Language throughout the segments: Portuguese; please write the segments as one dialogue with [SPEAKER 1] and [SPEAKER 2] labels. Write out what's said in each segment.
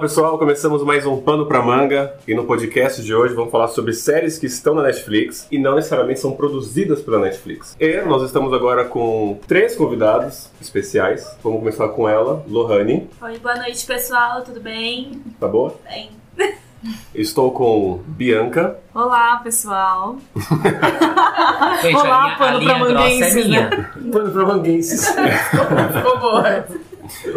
[SPEAKER 1] pessoal, começamos mais um Pano pra Manga e no podcast de hoje vamos falar sobre séries que estão na Netflix e não necessariamente são produzidas pela Netflix. E nós estamos agora com três convidados especiais. Vamos começar com ela, Lohane,
[SPEAKER 2] Oi, boa noite, pessoal. Tudo bem?
[SPEAKER 1] tá boa?
[SPEAKER 2] Bem.
[SPEAKER 1] Estou com Bianca,
[SPEAKER 3] Olá, pessoal.
[SPEAKER 4] Gente,
[SPEAKER 3] Olá,
[SPEAKER 4] a
[SPEAKER 3] pano
[SPEAKER 4] linha, a linha
[SPEAKER 3] pra
[SPEAKER 4] grossa é
[SPEAKER 3] manguenses,
[SPEAKER 4] minha.
[SPEAKER 1] Pano pra Manguenses.
[SPEAKER 3] Ficou boa.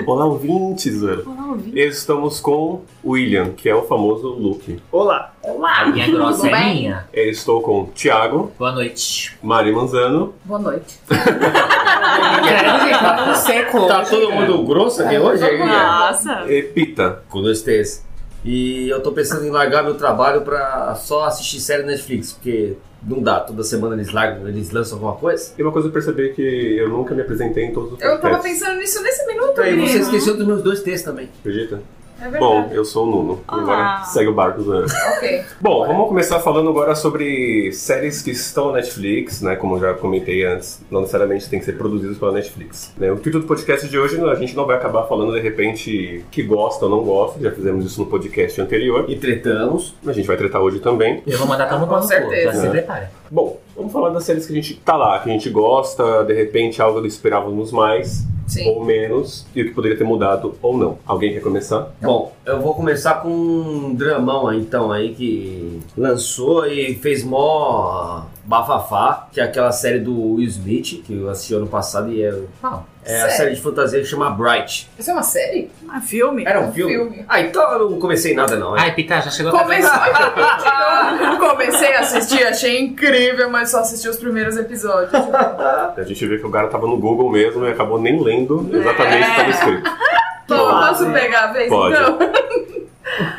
[SPEAKER 1] Olá, ouvintes. velho.
[SPEAKER 3] Olá, ouvi.
[SPEAKER 1] E estamos com William, que é o famoso Luke. Olá.
[SPEAKER 4] A linha grossa
[SPEAKER 3] Tudo
[SPEAKER 4] é
[SPEAKER 3] bem?
[SPEAKER 4] minha.
[SPEAKER 1] Eu estou com Thiago,
[SPEAKER 4] Boa noite.
[SPEAKER 1] Mari Manzano.
[SPEAKER 3] Boa noite.
[SPEAKER 4] tá tudo seco.
[SPEAKER 5] Tá todo mundo grosso aqui hoje?
[SPEAKER 3] Nossa.
[SPEAKER 1] E Pita.
[SPEAKER 5] Com dois T's. E eu tô pensando em largar meu trabalho pra só assistir série Netflix, porque não dá, toda semana eles largam, eles lançam alguma coisa.
[SPEAKER 1] E uma coisa eu percebi que eu nunca me apresentei em todos os
[SPEAKER 6] Eu tava
[SPEAKER 1] podcasts.
[SPEAKER 6] pensando nisso nesse minuto,
[SPEAKER 5] E
[SPEAKER 6] menino.
[SPEAKER 5] Tá você esqueceu dos meus dois T's também.
[SPEAKER 1] Acredita?
[SPEAKER 6] É verdade. Ah.
[SPEAKER 1] Bom, eu sou o Nuno. E
[SPEAKER 3] Olá.
[SPEAKER 1] agora segue o barco. Zé.
[SPEAKER 6] Ok.
[SPEAKER 1] Bom, vamos começar falando agora sobre séries que estão na Netflix, né? Como eu já comentei antes, não necessariamente tem que ser produzidas pela Netflix. né? O título do podcast de hoje, a gente não vai acabar falando de repente que gosta ou não gosta, já fizemos isso no podcast anterior.
[SPEAKER 5] Entretamos.
[SPEAKER 1] A gente vai tratar hoje também.
[SPEAKER 4] Eu vou mandar todo mundo
[SPEAKER 6] Com
[SPEAKER 4] no cu, já
[SPEAKER 6] certeza.
[SPEAKER 4] se prepara.
[SPEAKER 1] Bom, vamos falar das séries que a gente tá lá, que a gente gosta, de repente algo que esperávamos mais
[SPEAKER 6] Sim.
[SPEAKER 1] ou menos, e o que poderia ter mudado ou não. Alguém quer começar?
[SPEAKER 5] Bom, eu vou começar com um dramão aí, então, aí que lançou e fez mó bafafá, que é aquela série do Will Smith, que eu assisti ano passado e é,
[SPEAKER 4] Não.
[SPEAKER 5] é a
[SPEAKER 6] Sério?
[SPEAKER 5] série de fantasia que chama Bright.
[SPEAKER 6] Isso é uma série?
[SPEAKER 3] Ah, filme?
[SPEAKER 5] Era um filme?
[SPEAKER 6] filme.
[SPEAKER 5] Ah, então eu não comecei nada não, é?
[SPEAKER 4] Ai, Pita, já chegou a
[SPEAKER 6] Comecei, Ah, comecei a assistir, achei incrível, mas só assisti os primeiros episódios.
[SPEAKER 1] A gente vê que o cara tava no Google mesmo e acabou nem lendo
[SPEAKER 6] É.
[SPEAKER 1] exatamente o que estava escrito.
[SPEAKER 6] Então,
[SPEAKER 1] Pode.
[SPEAKER 6] posso pegar a vez,
[SPEAKER 1] Pode.
[SPEAKER 6] então?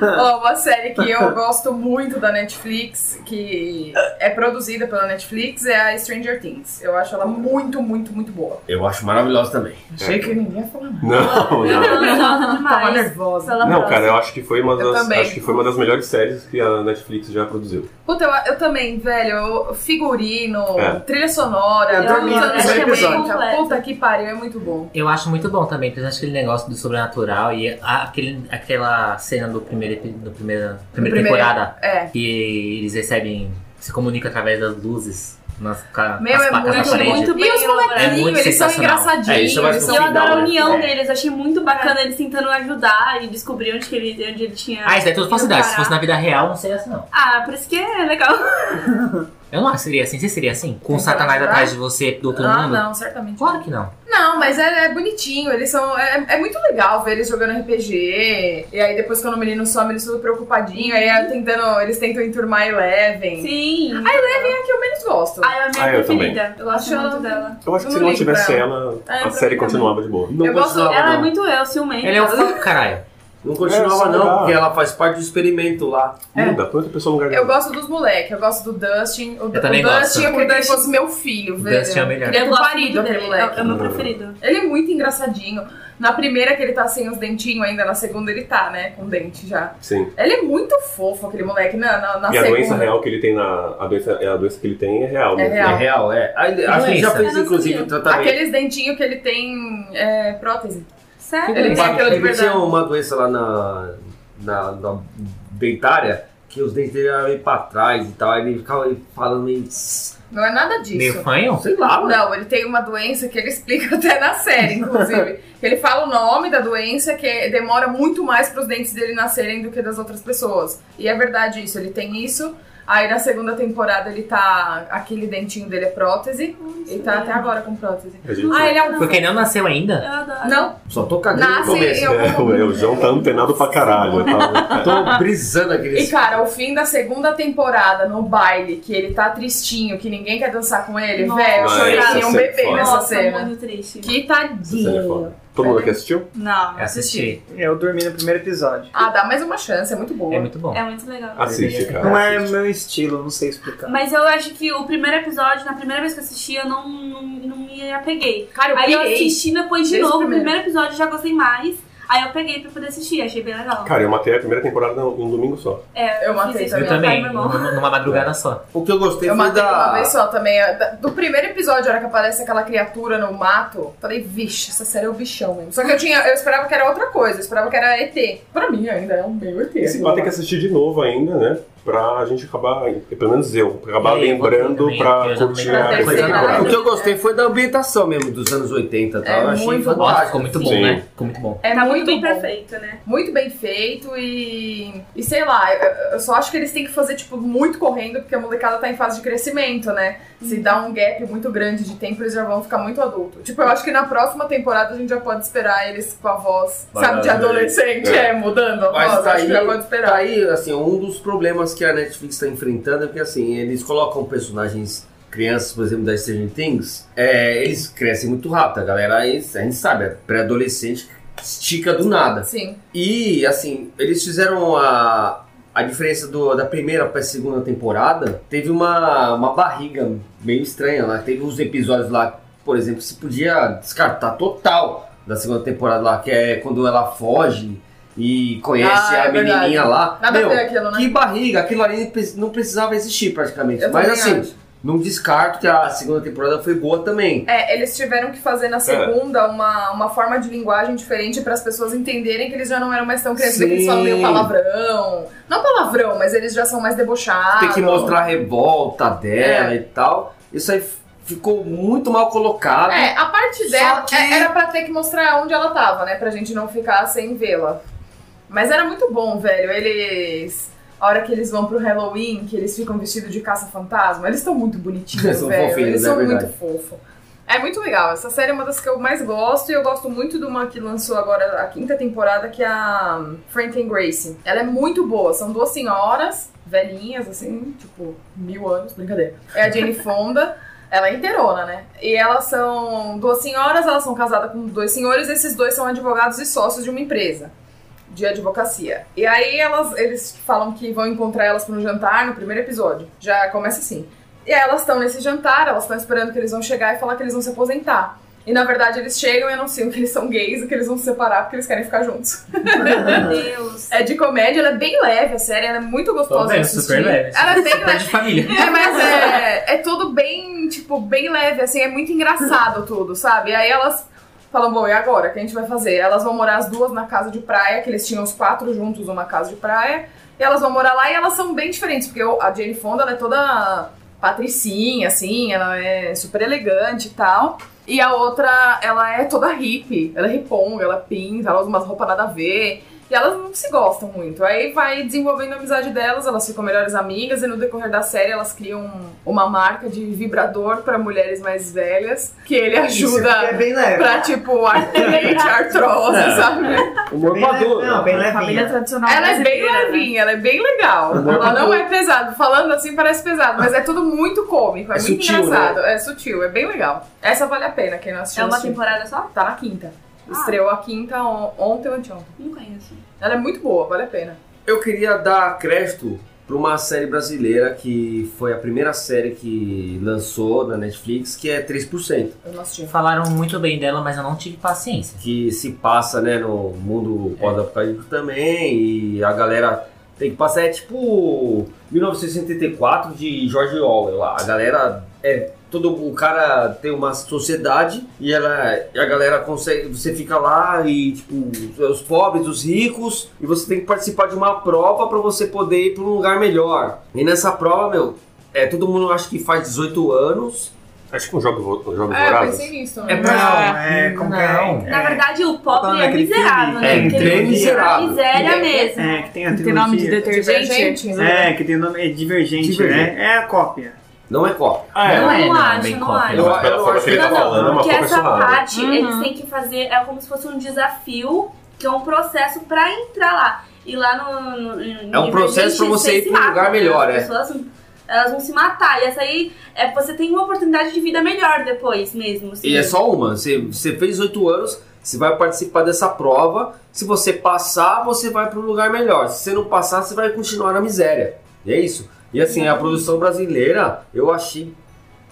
[SPEAKER 6] Ó, uma série que eu gosto muito da Netflix, que é produzida pela Netflix, é a Stranger Things. Eu acho ela muito, muito, muito boa.
[SPEAKER 5] Eu acho maravilhosa também.
[SPEAKER 6] Achei que ninguém ia falar nada.
[SPEAKER 1] Não, não.
[SPEAKER 3] Tava
[SPEAKER 2] demais.
[SPEAKER 3] nervosa.
[SPEAKER 2] Pela
[SPEAKER 1] Não,
[SPEAKER 2] próxima.
[SPEAKER 1] cara, eu acho que foi uma
[SPEAKER 6] assim. Eu
[SPEAKER 1] das,
[SPEAKER 6] também.
[SPEAKER 1] acho que foi uma das melhores séries que a Netflix já produziu.
[SPEAKER 6] Puta, eu, eu também, velho. eu- Figurino,
[SPEAKER 1] É.
[SPEAKER 6] trilha sonora,
[SPEAKER 5] Eu
[SPEAKER 6] tudo
[SPEAKER 5] dormi no
[SPEAKER 6] anos
[SPEAKER 2] é
[SPEAKER 5] primeiro
[SPEAKER 6] 90.
[SPEAKER 2] episódio.
[SPEAKER 6] Puta que pariu, é muito bom.
[SPEAKER 4] Eu acho muito bom também, porque eu acho aquele negócio do sobrenatural e a- aquele, aquela cena do primeiro, epi- do primeira, primeira
[SPEAKER 6] primeiro.
[SPEAKER 4] temporada
[SPEAKER 6] É.
[SPEAKER 4] que eles recebem, se comunicam através das luzes nas, ca-
[SPEAKER 6] Meu,
[SPEAKER 4] nas
[SPEAKER 6] é
[SPEAKER 4] placas
[SPEAKER 6] muito,
[SPEAKER 4] da parede.
[SPEAKER 6] muito
[SPEAKER 2] muito
[SPEAKER 6] bem.
[SPEAKER 2] bem
[SPEAKER 6] E os
[SPEAKER 2] elaborado.
[SPEAKER 4] É muito
[SPEAKER 6] molequinhos, eles são
[SPEAKER 4] sensacional.
[SPEAKER 6] engraçadinhos.
[SPEAKER 5] É, isso é mais
[SPEAKER 6] eles
[SPEAKER 5] no
[SPEAKER 4] E
[SPEAKER 6] são
[SPEAKER 2] Eu
[SPEAKER 5] final,
[SPEAKER 2] adoro a
[SPEAKER 5] né?
[SPEAKER 2] união
[SPEAKER 5] É.
[SPEAKER 2] deles, achei muito bacana eles tentando ajudar e descobrir onde, que ele, onde ele tinha.
[SPEAKER 4] Ah, isso daí é tudo
[SPEAKER 2] ido
[SPEAKER 4] falsidade. Se
[SPEAKER 2] parar.
[SPEAKER 4] fosse na vida real, não seria assim, não.
[SPEAKER 2] Ah, por isso que é legal.
[SPEAKER 4] Eu não acho que seria assim. Você seria assim? Com o
[SPEAKER 6] Tem
[SPEAKER 4] Satanás
[SPEAKER 6] que
[SPEAKER 4] atrás de você, do outro
[SPEAKER 6] Ah,
[SPEAKER 4] mundo?
[SPEAKER 6] não, certamente.
[SPEAKER 4] Claro que não.
[SPEAKER 6] Não, mas é, é bonitinho, eles são. É, é muito legal ver eles jogando RPG. E aí depois quando o menino some, eles tudo preocupadinho. Aí é tentando, eles tentam enturmar Eleven.
[SPEAKER 2] Sim.
[SPEAKER 6] A Eleven é a que eu menos gosto.
[SPEAKER 2] Ah, é a minha
[SPEAKER 1] Ah, eu
[SPEAKER 2] preferida. Eu gosto
[SPEAKER 6] Acho
[SPEAKER 2] muito
[SPEAKER 6] ela-
[SPEAKER 2] dela.
[SPEAKER 1] Eu acho que
[SPEAKER 6] Eu
[SPEAKER 1] se
[SPEAKER 6] não
[SPEAKER 1] não
[SPEAKER 6] ligo
[SPEAKER 1] tivesse
[SPEAKER 6] pra
[SPEAKER 1] ela,
[SPEAKER 6] É, pra
[SPEAKER 1] a série
[SPEAKER 6] mim também.
[SPEAKER 1] continuava de boa.
[SPEAKER 5] Não
[SPEAKER 6] Eu gosto-
[SPEAKER 5] continuava,
[SPEAKER 2] Ela é
[SPEAKER 5] não.
[SPEAKER 2] muito eu, ciumenta.
[SPEAKER 4] Ele é o foco, caralho.
[SPEAKER 5] Não
[SPEAKER 1] É, só
[SPEAKER 5] continuava
[SPEAKER 1] mudar.
[SPEAKER 5] não, porque ela faz parte do experimento lá.
[SPEAKER 6] É.
[SPEAKER 1] Muda, põe outra pessoa no lugar
[SPEAKER 6] Eu
[SPEAKER 1] dela.
[SPEAKER 6] gosto dos moleques, eu gosto do Dustin. O, o
[SPEAKER 4] também
[SPEAKER 6] Dustin
[SPEAKER 4] gosto.
[SPEAKER 6] eu queria que ele
[SPEAKER 2] Dustin-
[SPEAKER 6] fosse meu filho,
[SPEAKER 4] O
[SPEAKER 6] velho.
[SPEAKER 4] Dustin é o melhor.
[SPEAKER 6] Queria
[SPEAKER 2] Eu
[SPEAKER 6] ter
[SPEAKER 2] gosto
[SPEAKER 6] parido
[SPEAKER 2] muito
[SPEAKER 6] aquele
[SPEAKER 2] dele. É,
[SPEAKER 6] moleque.
[SPEAKER 2] é o meu preferido.
[SPEAKER 6] Ele é muito engraçadinho. Na primeira que ele tá sem os dentinhos ainda, na segunda ele tá, né? Com dente já.
[SPEAKER 1] Sim.
[SPEAKER 6] Ele é muito fofo, aquele moleque. Na, na, na
[SPEAKER 1] e a
[SPEAKER 6] segunda.
[SPEAKER 1] doença real que ele tem na. A doença, a doença que ele tem é real
[SPEAKER 6] um- É
[SPEAKER 1] mesmo.
[SPEAKER 5] É
[SPEAKER 6] real.
[SPEAKER 5] real, é. A, a
[SPEAKER 4] Não é
[SPEAKER 5] gente
[SPEAKER 4] isso.
[SPEAKER 5] já
[SPEAKER 2] Eu
[SPEAKER 5] fez,
[SPEAKER 2] não
[SPEAKER 5] inclusive,
[SPEAKER 2] sabia.
[SPEAKER 5] o tratamento.
[SPEAKER 6] Aqueles dentinhos que ele tem é, prótese.
[SPEAKER 4] é
[SPEAKER 2] Sério?
[SPEAKER 4] um
[SPEAKER 6] Ele é
[SPEAKER 5] Ele
[SPEAKER 6] tem aquilo de
[SPEAKER 5] tinha
[SPEAKER 6] verdade.
[SPEAKER 5] uma doença lá na, na, na dentária que os dentes dele eram meio pra trás e tal. aí Ele ficava aí falando meio. Sei
[SPEAKER 6] Não é nada disso.
[SPEAKER 4] Meio fanho?
[SPEAKER 5] lá, mano.
[SPEAKER 6] Não, ele tem uma doença que ele explica até na série, inclusive. ele fala o nome da doença que demora muito mais para os dentes dele nascerem do que das outras pessoas. E é verdade isso, ele tem isso. Aí na segunda temporada ele tá. Aquele dentinho dele é prótese. ele tá até agora com prótese.
[SPEAKER 1] A gente-
[SPEAKER 6] Ah, ele é um.
[SPEAKER 4] Porque não nasceu ainda?
[SPEAKER 2] Eu adoro.
[SPEAKER 6] Não,
[SPEAKER 5] Só tô cagando
[SPEAKER 6] Nasce
[SPEAKER 5] no começo.
[SPEAKER 6] em algum
[SPEAKER 1] É, o- é, o João tá antenado pra caralho. tá? eu tava-
[SPEAKER 5] Tô brisando aqueles.
[SPEAKER 6] E cara, o fim da segunda temporada no baile, que ele tá tristinho, que ninguém quer dançar com ele,
[SPEAKER 2] Nossa.
[SPEAKER 6] velho, eu chorei
[SPEAKER 2] Nossa,
[SPEAKER 6] que nem um
[SPEAKER 1] essa é
[SPEAKER 6] bebê
[SPEAKER 1] foda.
[SPEAKER 6] nessa
[SPEAKER 2] Nossa,
[SPEAKER 6] cena.
[SPEAKER 2] muito triste.
[SPEAKER 6] Que
[SPEAKER 1] Essa série é
[SPEAKER 6] tadinho.
[SPEAKER 1] foda. Todo mundo aqui assistiu?
[SPEAKER 7] Não,
[SPEAKER 4] Eu assisti.
[SPEAKER 7] eu dormi no primeiro episódio.
[SPEAKER 6] Ah, dá mais uma chance, é muito boa.
[SPEAKER 4] É muito bom.
[SPEAKER 2] É muito legal.
[SPEAKER 1] Assiste, cara.
[SPEAKER 7] Não é
[SPEAKER 1] assiste.
[SPEAKER 7] meu estilo, não sei explicar.
[SPEAKER 2] Mas eu acho que o primeiro episódio, na primeira vez que eu assisti, eu não, não, não me apeguei.
[SPEAKER 6] Cara, eu
[SPEAKER 2] Aí eu
[SPEAKER 6] pirei.
[SPEAKER 2] assisti depois de
[SPEAKER 6] Desde o
[SPEAKER 2] novo, o
[SPEAKER 6] primeiro.
[SPEAKER 2] primeiro episódio eu já gostei mais. Aí eu peguei pra poder assistir, achei bem legal.
[SPEAKER 1] Cara, eu matei a primeira temporada em um domingo só.
[SPEAKER 2] É,
[SPEAKER 6] Eu matei
[SPEAKER 2] fiz isso
[SPEAKER 6] também.
[SPEAKER 2] com
[SPEAKER 4] Eu
[SPEAKER 2] meu pai e
[SPEAKER 4] também,
[SPEAKER 2] meu irmão.
[SPEAKER 4] numa numa madrugada só.
[SPEAKER 5] O que eu gostei
[SPEAKER 6] Eu
[SPEAKER 5] foi
[SPEAKER 6] matei
[SPEAKER 5] da.
[SPEAKER 6] uma vez só também. é, da- Do primeiro episódio, a hora que aparece aquela criatura no mato, falei, vixe, essa série é o bichão mesmo. Só que eu tinha. Eu esperava que era outra coisa, eu esperava que era ET. Pra mim ainda é um meio ET.
[SPEAKER 1] Esse vai ter que assistir de novo ainda, né? Pra gente acabar, pelo menos eu, pra acabar
[SPEAKER 4] É, eu vou
[SPEAKER 1] lembrando
[SPEAKER 4] também, porque
[SPEAKER 1] pra
[SPEAKER 4] eu já
[SPEAKER 1] curtir
[SPEAKER 4] também
[SPEAKER 1] a
[SPEAKER 6] não
[SPEAKER 1] terceira
[SPEAKER 6] sei nada.
[SPEAKER 1] temporada.
[SPEAKER 5] O que eu gostei foi da ambientação mesmo, dos anos 80 e tal.
[SPEAKER 6] É
[SPEAKER 5] eu achei
[SPEAKER 6] muito
[SPEAKER 5] fantástico.
[SPEAKER 4] Nossa, ficou muito bom,
[SPEAKER 1] Sim.
[SPEAKER 4] né? Ficou muito bom.
[SPEAKER 6] É
[SPEAKER 2] tá
[SPEAKER 6] muito
[SPEAKER 2] muito bem
[SPEAKER 6] bom.
[SPEAKER 2] perfeito, né?
[SPEAKER 6] Muito bem feito e. E sei lá, eu, eu só acho que eles têm que fazer, tipo, muito correndo, porque a molecada tá em fase de crescimento, né? Se dá um gap muito grande de tempo, eles já vão ficar muito adultos. Tipo, eu acho que na próxima temporada a gente já pode esperar eles com a voz, sabe, de
[SPEAKER 5] Maravilha.
[SPEAKER 6] adolescente, é, mudando a
[SPEAKER 5] Mas
[SPEAKER 6] voz.
[SPEAKER 5] tá
[SPEAKER 6] acho que
[SPEAKER 5] aí-
[SPEAKER 6] já pode esperar.
[SPEAKER 5] Tá aí, assim, um dos problemas que a Netflix está enfrentando é porque, assim, eles colocam personagens crianças, por exemplo, da Stranger Things, é, eles crescem muito rápido, a galera, aí, a gente sabe, é pré-adolescente, estica do nada.
[SPEAKER 6] Sim.
[SPEAKER 5] E, assim, eles fizeram a, a diferença do- da primeira para a segunda temporada, teve uma, uma barriga meio estranha lá, teve uns episódios lá, por exemplo, que se podia descartar total da segunda temporada lá, que é quando ela foge e conhece
[SPEAKER 6] Ah,
[SPEAKER 5] a
[SPEAKER 6] é verdade.
[SPEAKER 5] menininha lá.
[SPEAKER 6] Nada
[SPEAKER 5] Meu,
[SPEAKER 6] a ver aquilo, né?
[SPEAKER 5] que barriga, aquilo ali não precisava existir praticamente.
[SPEAKER 6] Eu
[SPEAKER 5] Mas
[SPEAKER 6] também
[SPEAKER 5] assim,
[SPEAKER 6] acho.
[SPEAKER 5] não descarto que a segunda temporada foi boa também.
[SPEAKER 6] É, eles tiveram que fazer na segunda uma, uma forma de linguagem diferente para as pessoas entenderem que eles já não eram mais tão crescidos, que eles falam meio
[SPEAKER 5] Sim.
[SPEAKER 6] palavrão. Não palavrão, mas eles já são mais debochados.
[SPEAKER 5] Tem que mostrar a revolta dela e tal. Isso aí f- ficou muito mal colocado.
[SPEAKER 6] É, a parte
[SPEAKER 5] Só
[SPEAKER 6] dela
[SPEAKER 5] que-
[SPEAKER 6] é- era pra ter que mostrar onde ela tava, né? Pra gente não ficar sem vê-la. Mas era muito bom, velho. Eles. A hora que eles vão pro Halloween, que eles ficam vestidos de caça-fantasma, eles estão muito bonitinhos,
[SPEAKER 5] Eles são
[SPEAKER 6] velho.
[SPEAKER 5] fofinhos,
[SPEAKER 6] eles
[SPEAKER 5] é
[SPEAKER 6] são
[SPEAKER 5] verdade.
[SPEAKER 6] muito fofo. É muito legal. Essa série é uma das que eu mais gosto e eu gosto muito de uma que lançou agora a quinta temporada, que é a Frank and Gracie. Ela é muito boa. São duas senhoras velhinhas, assim, tipo, mil anos, brincadeira. É a Jane Fonda ela é inteirona, né? E elas são duas senhoras, elas são casadas com dois senhores, esses dois são advogados e sócios de uma empresa de advocacia. E aí elas, eles falam que vão encontrar elas para um jantar no primeiro episódio. Já começa assim. E aí elas estão nesse jantar, elas estão esperando que eles vão chegar e falar que eles vão se aposentar. E na verdade eles chegam e anunciam que eles são gays e que eles vão se separar porque eles querem ficar juntos. Uhum.
[SPEAKER 2] Meu Deus.
[SPEAKER 6] É de comédia, ela é bem leve, a série, ela é muito gostosa.
[SPEAKER 4] Tô
[SPEAKER 6] de
[SPEAKER 4] vendo,
[SPEAKER 6] assistir.
[SPEAKER 4] super leve.
[SPEAKER 6] Ela é bem
[SPEAKER 4] Super de família.
[SPEAKER 6] é, mas é, é tudo bem, tipo, bem leve, assim, é muito engraçado tudo, sabe? E aí elas falam, bom, e agora? O que a gente vai fazer? Elas vão morar as duas na casa de praia, que eles tinham os quatro juntos numa casa de praia, e elas vão morar lá e elas são bem diferentes, porque o- a Jane Fonda, ela é toda patricinha, assim, ela é super elegante e tal. E a outra, ela é toda hippie, ela é riponga, ela pinta, ela usa umas roupas nada a ver. E elas não se gostam muito. Aí vai desenvolvendo a amizade delas, elas ficam melhores amigas e no decorrer da série elas criam um, uma marca de vibrador pra mulheres mais velhas, que ele
[SPEAKER 7] É
[SPEAKER 6] ajuda
[SPEAKER 7] bem leve.
[SPEAKER 6] pra tipo artrite, artrose, sabe?
[SPEAKER 1] Humor
[SPEAKER 7] Bem leve,
[SPEAKER 1] maduro.
[SPEAKER 7] não, bem
[SPEAKER 3] Família
[SPEAKER 7] levinha.
[SPEAKER 3] tradicional
[SPEAKER 6] Ela é bem
[SPEAKER 3] brasileira, né?
[SPEAKER 6] levinha, ela é bem legal. Ela não é pesado, falando assim parece pesado, mas é tudo muito cômico, é,
[SPEAKER 5] É
[SPEAKER 6] muito
[SPEAKER 5] sutil,
[SPEAKER 6] engraçado, é sutil, é bem legal. Essa vale a pena quem não assistiu.
[SPEAKER 2] É uma
[SPEAKER 6] assistir.
[SPEAKER 2] temporada só?
[SPEAKER 6] Tá na quinta. Estreou a quinta on- ontem ou anteontem.
[SPEAKER 2] Não conheço.
[SPEAKER 6] Ela é muito boa, vale a pena.
[SPEAKER 5] Eu queria dar crédito para uma série brasileira que foi a primeira série que lançou na Netflix, que é 3%,
[SPEAKER 6] Eu não assisti.
[SPEAKER 4] Falaram muito bem dela, mas eu não tive paciência.
[SPEAKER 5] que se passa né, no mundo pós-apocalíptico também, e a galera tem que passar, é tipo 1964 de George Orwell lá, a galera é... Todo o cara tem uma sociedade e ela e a galera consegue. Você fica lá e, tipo, os pobres, os ricos, e você tem que participar de uma prova para você poder ir para um lugar melhor. E nessa prova, meu, é todo mundo acho que faz 18 anos
[SPEAKER 1] Acho que um jogo, um jogo
[SPEAKER 6] É, eu
[SPEAKER 1] voraz.
[SPEAKER 6] pensei nisso
[SPEAKER 5] É
[SPEAKER 6] também.
[SPEAKER 5] pra-
[SPEAKER 7] Não, é como que
[SPEAKER 4] Não.
[SPEAKER 7] é?
[SPEAKER 2] Na
[SPEAKER 7] É,
[SPEAKER 2] verdade, o
[SPEAKER 7] Tá
[SPEAKER 2] pobre é
[SPEAKER 7] naquele
[SPEAKER 2] miserável, né?
[SPEAKER 7] filme.
[SPEAKER 5] É,
[SPEAKER 2] Porque
[SPEAKER 5] bem
[SPEAKER 2] ele vive na
[SPEAKER 5] miserável.
[SPEAKER 2] miséria
[SPEAKER 6] É,
[SPEAKER 2] mesmo.
[SPEAKER 7] É, que tem a
[SPEAKER 3] Tem nome de
[SPEAKER 7] trilogia.
[SPEAKER 3] detergente?
[SPEAKER 6] Divergente. né?
[SPEAKER 7] É, que tem o nome. É divergente,
[SPEAKER 5] Divergente.
[SPEAKER 7] né? É a cópia.
[SPEAKER 5] não é cópia.
[SPEAKER 1] Ah,
[SPEAKER 4] Não
[SPEAKER 1] é.
[SPEAKER 4] é, não,
[SPEAKER 2] acho,
[SPEAKER 4] bem
[SPEAKER 2] não
[SPEAKER 4] cópia.
[SPEAKER 2] acho.
[SPEAKER 1] Eu, acho que pela
[SPEAKER 5] Eu
[SPEAKER 1] forma
[SPEAKER 5] acho
[SPEAKER 1] que ele
[SPEAKER 5] que
[SPEAKER 1] tá
[SPEAKER 5] não,
[SPEAKER 1] falando, é uma
[SPEAKER 2] Porque
[SPEAKER 1] copa
[SPEAKER 2] essa
[SPEAKER 1] surrada.
[SPEAKER 2] parte
[SPEAKER 3] Uhum.
[SPEAKER 2] eles têm que fazer, é como se fosse um desafio, que é um processo pra entrar lá. E lá no. no- no
[SPEAKER 5] É um
[SPEAKER 2] Divergente,
[SPEAKER 5] processo pra você
[SPEAKER 2] vocês
[SPEAKER 5] ir
[SPEAKER 2] se
[SPEAKER 5] pra um
[SPEAKER 2] matam,
[SPEAKER 5] lugar
[SPEAKER 2] né?
[SPEAKER 5] melhor,
[SPEAKER 2] As
[SPEAKER 5] é.
[SPEAKER 2] pessoas elas vão se matar. E essa aí, é, você tem uma oportunidade de vida melhor depois mesmo. assim.
[SPEAKER 5] E é só uma. Você, você fez 18 anos, você vai participar dessa prova. Se você passar, você vai para um lugar melhor. Se você não passar, você vai continuar na miséria. E é isso. E assim, a produção brasileira, eu achei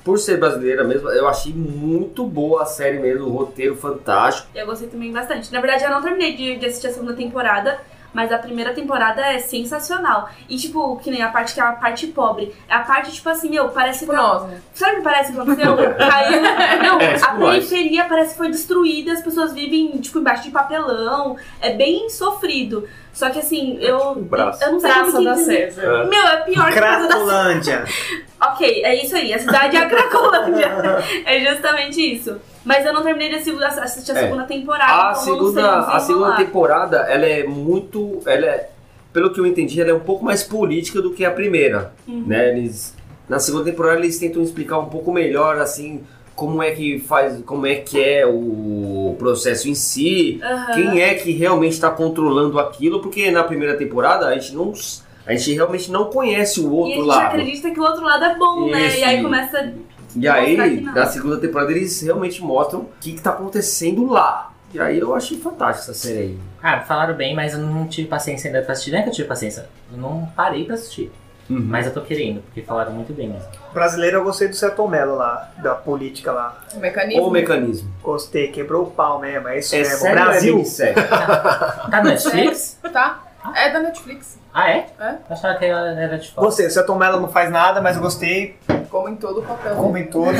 [SPEAKER 5] por ser brasileira mesmo, eu achei muito boa a série mesmo, o roteiro fantástico.
[SPEAKER 2] Eu gostei também bastante. Na verdade, eu não terminei de, de assistir a segunda temporada, mas a primeira temporada é sensacional. E, tipo, que nem a parte que é a parte pobre. É a parte, tipo assim, meu, parece que.
[SPEAKER 6] Tipo,
[SPEAKER 2] Sabe o que parece que aconteceu? Caiu. Não,
[SPEAKER 5] É,
[SPEAKER 2] a
[SPEAKER 5] tipo nós.
[SPEAKER 2] periferia parece que foi destruída, as pessoas vivem, tipo, embaixo de papelão. É bem sofrido. Só que assim,
[SPEAKER 5] É tipo
[SPEAKER 2] eu.
[SPEAKER 5] um
[SPEAKER 1] braço.
[SPEAKER 2] Eu não sei como
[SPEAKER 6] Praça
[SPEAKER 2] que
[SPEAKER 6] da
[SPEAKER 2] dizer.
[SPEAKER 6] César.
[SPEAKER 1] É.
[SPEAKER 2] Meu, é pior que Praça da
[SPEAKER 7] Cracolândia.
[SPEAKER 2] Ok, é isso aí. A cidade é a Cracolândia. é justamente isso. Mas eu não terminei de assi- assistir a
[SPEAKER 5] É.
[SPEAKER 2] segunda temporada. então
[SPEAKER 5] A
[SPEAKER 2] eu não sei
[SPEAKER 5] segunda, a
[SPEAKER 2] desenrolar.
[SPEAKER 5] segunda temporada, ela é muito, ela é, pelo que eu entendi, ela é um pouco mais política do que a primeira,
[SPEAKER 2] Uhum.
[SPEAKER 5] né? Eles na segunda temporada eles tentam explicar um pouco melhor assim como é que faz, como é que é o processo em si,
[SPEAKER 2] Aham.
[SPEAKER 5] quem é que realmente está controlando aquilo, porque na primeira temporada a gente não a gente realmente não conhece o
[SPEAKER 2] E a
[SPEAKER 5] outro né?
[SPEAKER 2] gente
[SPEAKER 5] lado.
[SPEAKER 2] acredita que o outro lado é bom, né? E
[SPEAKER 5] Isso.
[SPEAKER 2] aí começa.
[SPEAKER 5] E aí,
[SPEAKER 2] mostrar que não.
[SPEAKER 5] na segunda temporada, eles realmente mostram o que, que tá acontecendo lá. E aí eu achei fantástico essa série aí.
[SPEAKER 4] Ah, falaram bem, mas eu não tive paciência ainda pra assistir. Não é que eu tive paciência, eu não parei pra assistir. Mas eu tô querendo, porque falaram muito bem mesmo.
[SPEAKER 7] Brasileiro, eu gostei do Celton Mello lá, da política lá.
[SPEAKER 6] O
[SPEAKER 2] É
[SPEAKER 6] mecanismo.
[SPEAKER 5] O mecanismo.
[SPEAKER 7] Gostei, quebrou o pau mesmo, é isso
[SPEAKER 5] É
[SPEAKER 7] mesmo.
[SPEAKER 5] sério,
[SPEAKER 7] Brasil.
[SPEAKER 5] É minissérie?
[SPEAKER 4] Tá no Netflix?
[SPEAKER 6] Tá? É da Netflix.
[SPEAKER 4] Ah, é?
[SPEAKER 6] É.
[SPEAKER 4] Eu achava que ela era de fora.
[SPEAKER 7] Gostei, o Celton Mello não faz nada, mas eu gostei,
[SPEAKER 6] Como em todo o papel.
[SPEAKER 7] como em todo.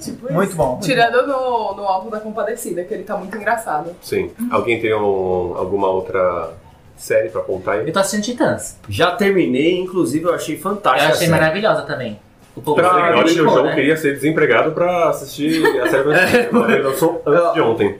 [SPEAKER 6] Tipo isso.
[SPEAKER 7] Muito bom.
[SPEAKER 6] Tirando no, no Alto da Compadecida, que ele tá muito engraçado.
[SPEAKER 1] Sim. Alguém tem um- alguma outra série pra apontar aí?
[SPEAKER 4] Eu tô assistindo Titãs.
[SPEAKER 1] tá
[SPEAKER 5] Já terminei, inclusive eu achei
[SPEAKER 4] Eu
[SPEAKER 5] fantástica.
[SPEAKER 4] achei
[SPEAKER 5] a série.
[SPEAKER 4] maravilhosa também. O povo
[SPEAKER 1] Pra,
[SPEAKER 4] criticou,
[SPEAKER 1] olha, o João
[SPEAKER 4] né?
[SPEAKER 1] queria ser desempregado pra assistir a série do Eu lançou antes de ontem.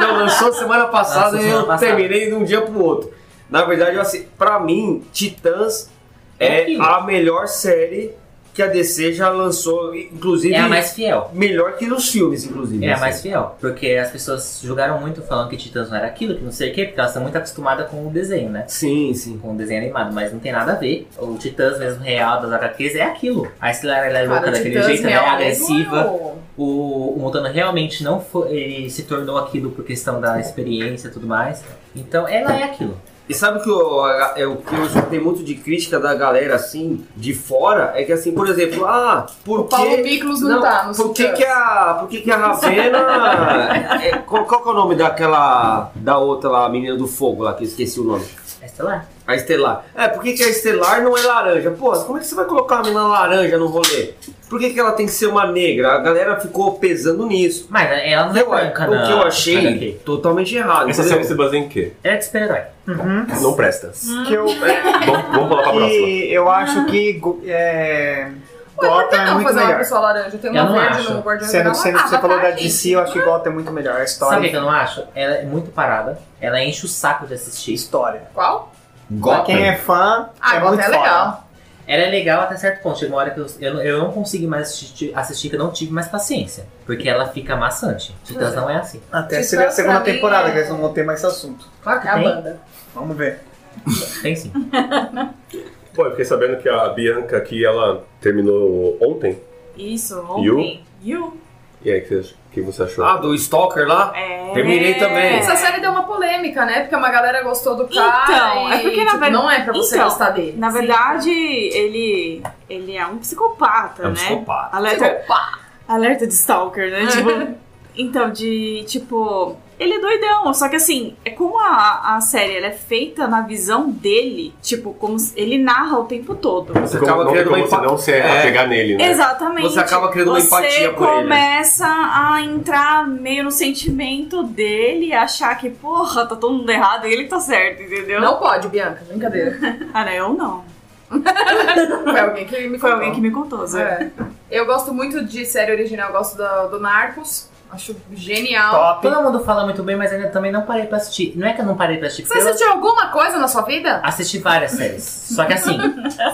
[SPEAKER 5] Não, lançou semana passada
[SPEAKER 4] Lançou
[SPEAKER 5] e eu
[SPEAKER 4] semana passada.
[SPEAKER 5] terminei de um dia pro outro. Na verdade, eu assi- pra mim, Titãs
[SPEAKER 4] É
[SPEAKER 5] é
[SPEAKER 4] aquilo.
[SPEAKER 5] a melhor série que a DC já lançou, inclusive
[SPEAKER 4] É a mais fiel.
[SPEAKER 5] melhor que nos filmes, inclusive.
[SPEAKER 4] É a
[SPEAKER 5] assim.
[SPEAKER 4] mais fiel. Porque as pessoas julgaram muito falando que Titãs não era aquilo, que não sei o quê, porque elas estão muito acostumadas com o desenho, né?
[SPEAKER 5] Sim, sim.
[SPEAKER 4] Com o desenho animado, mas não tem nada a ver. O Titãs mesmo real das HQs é aquilo. A Estelar ela é louca
[SPEAKER 6] Cara,
[SPEAKER 4] daquele
[SPEAKER 6] Titãs
[SPEAKER 4] jeito, né?
[SPEAKER 6] real
[SPEAKER 4] Agressiva.
[SPEAKER 6] mesmo,
[SPEAKER 4] O, o Montano realmente não foi. Ele se tornou aquilo por questão da experiência e tudo mais. Então ela é aquilo.
[SPEAKER 5] E sabe o que eu, é o que eu escutei muito de crítica da galera assim, de fora? É que assim, por exemplo, ah, por
[SPEAKER 6] O Paulo
[SPEAKER 5] que.
[SPEAKER 6] Miklos não, tá no
[SPEAKER 5] por que,
[SPEAKER 6] Titãs.
[SPEAKER 5] que a por que, que a Ravena é, qual, qual que é o nome daquela da outra lá a menina do fogo lá que eu esqueci o nome
[SPEAKER 4] A Estelar.
[SPEAKER 5] a Estelar é por que, que a Estelar não é laranja pô como é que você vai colocar uma menina laranja no rolê por que, que ela tem que ser uma negra a galera ficou pesando nisso
[SPEAKER 4] Mas ela não é
[SPEAKER 5] eu,
[SPEAKER 4] branca,
[SPEAKER 5] o
[SPEAKER 4] não.
[SPEAKER 5] que eu
[SPEAKER 4] Olha
[SPEAKER 5] achei
[SPEAKER 4] aqui.
[SPEAKER 5] totalmente errado
[SPEAKER 1] Essa
[SPEAKER 5] entendeu?
[SPEAKER 1] série se baseia em quê?
[SPEAKER 4] Ela é de super-herói.
[SPEAKER 1] Não presta.
[SPEAKER 7] uhum. Que eu,
[SPEAKER 1] Vamos, vamos falar pra próxima.
[SPEAKER 7] que eu acho que go- é,
[SPEAKER 6] Ué, por que
[SPEAKER 7] Gotham é
[SPEAKER 6] não
[SPEAKER 7] muito
[SPEAKER 6] fazer uma
[SPEAKER 7] melhor.
[SPEAKER 6] pessoa laranja? Tem
[SPEAKER 4] Eu
[SPEAKER 6] uma
[SPEAKER 4] não
[SPEAKER 6] verde
[SPEAKER 4] acho.
[SPEAKER 6] no Guardiões
[SPEAKER 7] Sendo que
[SPEAKER 6] da
[SPEAKER 7] você,
[SPEAKER 6] Galáxia.
[SPEAKER 7] você
[SPEAKER 6] Ah,
[SPEAKER 7] falou da
[SPEAKER 6] gente.
[SPEAKER 7] DC, eu acho que Gotham é muito melhor. A
[SPEAKER 4] Sabe o que
[SPEAKER 7] história.
[SPEAKER 4] eu não acho? Ela é muito parada. Ela enche o saco de assistir.
[SPEAKER 7] História.
[SPEAKER 6] Qual?
[SPEAKER 7] Pra quem é fã,
[SPEAKER 6] Ah,
[SPEAKER 7] é
[SPEAKER 6] Gotham
[SPEAKER 7] muito
[SPEAKER 6] é
[SPEAKER 7] foda.
[SPEAKER 6] legal.
[SPEAKER 4] Ela é legal até certo ponto. Chega uma hora que eu, eu, não- eu não consegui mais assistir, assistir, que eu não tive mais paciência. Porque ela fica amassante. Titãs não é assim.
[SPEAKER 7] Até
[SPEAKER 6] Titãs
[SPEAKER 7] seria a segunda
[SPEAKER 6] pra mim
[SPEAKER 7] temporada,
[SPEAKER 6] é-
[SPEAKER 7] que eles não vão ter mais esse assunto.
[SPEAKER 4] Claro
[SPEAKER 6] É a
[SPEAKER 4] tem.
[SPEAKER 6] banda.
[SPEAKER 7] Vamos ver.
[SPEAKER 4] Tem sim.
[SPEAKER 6] Então,
[SPEAKER 1] Pô, eu fiquei sabendo que a Bianca aqui, ela terminou ontem.
[SPEAKER 3] Isso, ontem. You?
[SPEAKER 1] E aí, o que você- o que você achou?
[SPEAKER 5] ah do Stalker lá
[SPEAKER 3] É.
[SPEAKER 5] Terminei também.
[SPEAKER 6] Essa série deu uma polêmica, né? Porque uma galera gostou do
[SPEAKER 3] Então,
[SPEAKER 6] cara.
[SPEAKER 3] é
[SPEAKER 6] e,
[SPEAKER 3] porque, na
[SPEAKER 6] tipo,
[SPEAKER 3] verdade-
[SPEAKER 6] Não é pra você
[SPEAKER 3] Então,
[SPEAKER 6] gostar dele.
[SPEAKER 3] Na verdade, ele, ele é um psicopata,
[SPEAKER 5] é um
[SPEAKER 3] né?
[SPEAKER 5] psicopata
[SPEAKER 3] Alerta, alerta de stalker, né? Tipo, então, de tipo. Ele é doidão, só que assim, é como a, a série ela é feita na visão dele, tipo, como se- ele narra o tempo todo.
[SPEAKER 1] Você acaba
[SPEAKER 5] acaba criando
[SPEAKER 1] querendo
[SPEAKER 5] uma
[SPEAKER 1] como você
[SPEAKER 5] empa-
[SPEAKER 1] não se
[SPEAKER 5] É.
[SPEAKER 1] apegar nele, né?
[SPEAKER 3] Exatamente.
[SPEAKER 5] Você acaba criando uma
[SPEAKER 3] Você
[SPEAKER 5] empatia por ele, né?
[SPEAKER 3] começa a entrar meio no sentimento dele, achar que, porra, tá todo mundo errado e ele tá certo, entendeu?
[SPEAKER 6] Não pode, Bianca. Brincadeira.
[SPEAKER 3] Ah, não, eu não.
[SPEAKER 6] Foi alguém que me
[SPEAKER 3] Foi
[SPEAKER 6] contou.
[SPEAKER 3] alguém que me contou, Zé.
[SPEAKER 6] É. Eu gosto muito de série original, eu gosto do, do Narcos. Acho genial.
[SPEAKER 7] Top.
[SPEAKER 4] Todo mundo fala muito bem, mas ainda também não parei pra assistir. Não é que eu não parei pra assistir,
[SPEAKER 6] Você
[SPEAKER 4] porque eu
[SPEAKER 6] assistiu alguma coisa na sua vida?
[SPEAKER 4] assisti várias séries. Só que assim,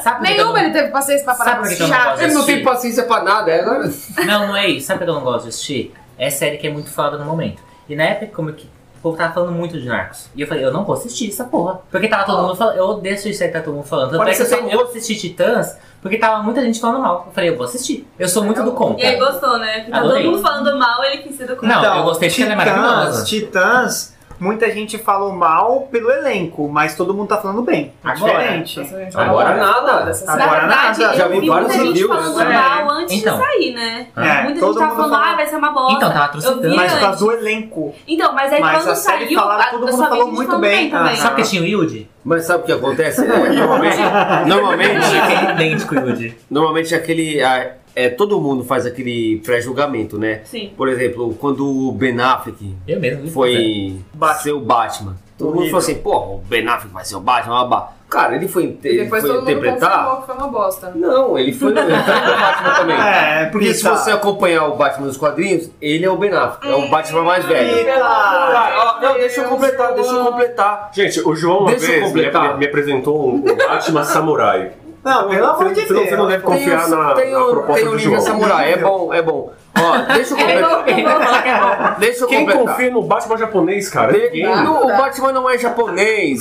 [SPEAKER 4] sabe por que eu
[SPEAKER 6] Nenhuma
[SPEAKER 4] não...
[SPEAKER 6] ele teve paciência pra parar
[SPEAKER 4] Sabe
[SPEAKER 6] pra
[SPEAKER 4] por que eu
[SPEAKER 6] assistir.
[SPEAKER 4] não gosto de
[SPEAKER 5] ele não
[SPEAKER 4] assistir?
[SPEAKER 5] tem paciência pra nada é agora
[SPEAKER 4] Não, não é isso. Sabe por que eu não gosto de assistir? É série que é muito falada no momento. E na época, como que. O povo tava falando muito de Narcos. E eu falei, eu não vou assistir essa porra. Porque tava todo mundo falando. Eu odeio assistir série que tá todo mundo falando. Tanto é
[SPEAKER 5] Parece
[SPEAKER 4] que eu só
[SPEAKER 5] que tem
[SPEAKER 4] vou assistir Titãs, porque tava muita gente falando mal. Eu falei, eu vou assistir. Eu sou muito do
[SPEAKER 2] E aí
[SPEAKER 4] contra.
[SPEAKER 2] gostou, né? Que tá todo
[SPEAKER 4] Adorei.
[SPEAKER 2] mundo falando mal, ele quis ser do
[SPEAKER 4] Não, eu gostei porque ela é maravilhosa.
[SPEAKER 7] Então, Titãs, Muita gente falou mal pelo elenco, mas todo mundo tá falando bem. É
[SPEAKER 4] Agora.
[SPEAKER 7] Diferente.
[SPEAKER 5] Agora nada.
[SPEAKER 2] Ah,
[SPEAKER 6] Essa
[SPEAKER 7] Agora
[SPEAKER 6] série.
[SPEAKER 2] Na verdade,
[SPEAKER 7] nada,
[SPEAKER 5] já
[SPEAKER 2] eu
[SPEAKER 5] vi vários
[SPEAKER 2] muita gente
[SPEAKER 5] reviews.
[SPEAKER 2] falando
[SPEAKER 6] É.
[SPEAKER 2] mal antes
[SPEAKER 4] Então.
[SPEAKER 2] de sair, né?
[SPEAKER 7] né? É,
[SPEAKER 2] Muita
[SPEAKER 7] todo
[SPEAKER 2] gente tava
[SPEAKER 6] tá
[SPEAKER 7] mundo
[SPEAKER 2] falando,
[SPEAKER 7] falou.
[SPEAKER 2] ah, vai ser uma bosta.
[SPEAKER 4] Então,
[SPEAKER 2] Eu
[SPEAKER 4] tava
[SPEAKER 2] vi
[SPEAKER 4] trucidando.
[SPEAKER 7] Mas por causa
[SPEAKER 2] antes.
[SPEAKER 7] do elenco.
[SPEAKER 2] Então, mas aí
[SPEAKER 7] Mas a
[SPEAKER 2] quando
[SPEAKER 7] série
[SPEAKER 2] saiu,
[SPEAKER 7] falaram,
[SPEAKER 2] a-
[SPEAKER 7] todo
[SPEAKER 2] eu
[SPEAKER 7] mundo
[SPEAKER 2] só vi
[SPEAKER 7] falou
[SPEAKER 2] gente
[SPEAKER 7] muito
[SPEAKER 2] falando
[SPEAKER 7] bem, Ah.
[SPEAKER 2] também.
[SPEAKER 7] aham.
[SPEAKER 4] Sabe que tinha o Yudi?
[SPEAKER 5] Mas sabe o que acontece? Normalmente, normalmente,
[SPEAKER 4] Ele é idêntico ao Yudi.
[SPEAKER 5] normalmente aquele. a- é, todo mundo faz aquele pré-julgamento, né?
[SPEAKER 2] Sim.
[SPEAKER 5] Por exemplo, quando o Ben Affleck
[SPEAKER 4] Eu mesmo.
[SPEAKER 5] foi
[SPEAKER 1] É.
[SPEAKER 7] Batman.
[SPEAKER 5] ser o Batman. Todo mundo
[SPEAKER 7] Horrível.
[SPEAKER 5] falou assim, pô, o Ben Affleck vai ser o Batman, babá. Cara, ele foi, inte-
[SPEAKER 6] E depois
[SPEAKER 5] é,
[SPEAKER 6] todo
[SPEAKER 5] foi
[SPEAKER 6] mundo confirmou
[SPEAKER 5] interpretar.
[SPEAKER 6] que foi uma bosta.
[SPEAKER 5] Não, ele foi ele foi o Batman também.
[SPEAKER 7] É,
[SPEAKER 5] Porque
[SPEAKER 7] porque
[SPEAKER 5] se
[SPEAKER 7] tá-
[SPEAKER 5] você acompanhar o Batman nos quadrinhos, ele é o Ben Affleck, é o Batman mais velho.
[SPEAKER 7] Eita!
[SPEAKER 5] Cara, ó, não, deixa eu completar, deixa eu completar.
[SPEAKER 1] Gente, o João uma
[SPEAKER 5] Deixa eu
[SPEAKER 1] vez me,
[SPEAKER 5] completar.
[SPEAKER 1] me- me apresentou um um Batman Samurai.
[SPEAKER 7] Não, pelo amor de
[SPEAKER 1] Você não- Você não deve
[SPEAKER 7] Deus.
[SPEAKER 1] confiar
[SPEAKER 5] Tem o-
[SPEAKER 1] na,
[SPEAKER 5] tem
[SPEAKER 1] na
[SPEAKER 5] o-
[SPEAKER 1] proposta
[SPEAKER 5] tem o
[SPEAKER 1] do
[SPEAKER 5] Liga
[SPEAKER 1] João.
[SPEAKER 5] Samurai, é bom, é bom. Ó, deixa eu completar. Deixa eu
[SPEAKER 1] Quem
[SPEAKER 5] completar.
[SPEAKER 1] confia no Batman japonês, cara?
[SPEAKER 5] De-
[SPEAKER 1] Ninguém.
[SPEAKER 5] Não, o Batman não é japonês.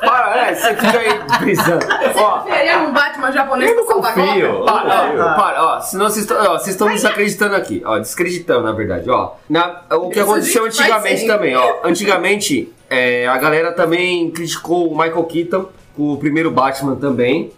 [SPEAKER 5] Para, é, você fica aí brisando. Ó,
[SPEAKER 6] Ele é um Batman japonês
[SPEAKER 1] Eu
[SPEAKER 6] pra
[SPEAKER 1] não
[SPEAKER 6] salvar
[SPEAKER 1] confio.
[SPEAKER 6] Gotham?
[SPEAKER 5] para, ó,
[SPEAKER 7] Ah.
[SPEAKER 5] para, ó, senão vocês estão- ó, vocês estão desacreditando aqui, ó, descreditando na verdade, ó. Na- o que
[SPEAKER 6] Isso
[SPEAKER 5] aconteceu
[SPEAKER 6] a gente faz
[SPEAKER 5] antigamente
[SPEAKER 6] sempre.
[SPEAKER 5] também, ó. Antigamente, é, a galera também criticou o Michael Keaton, o primeiro Batman também.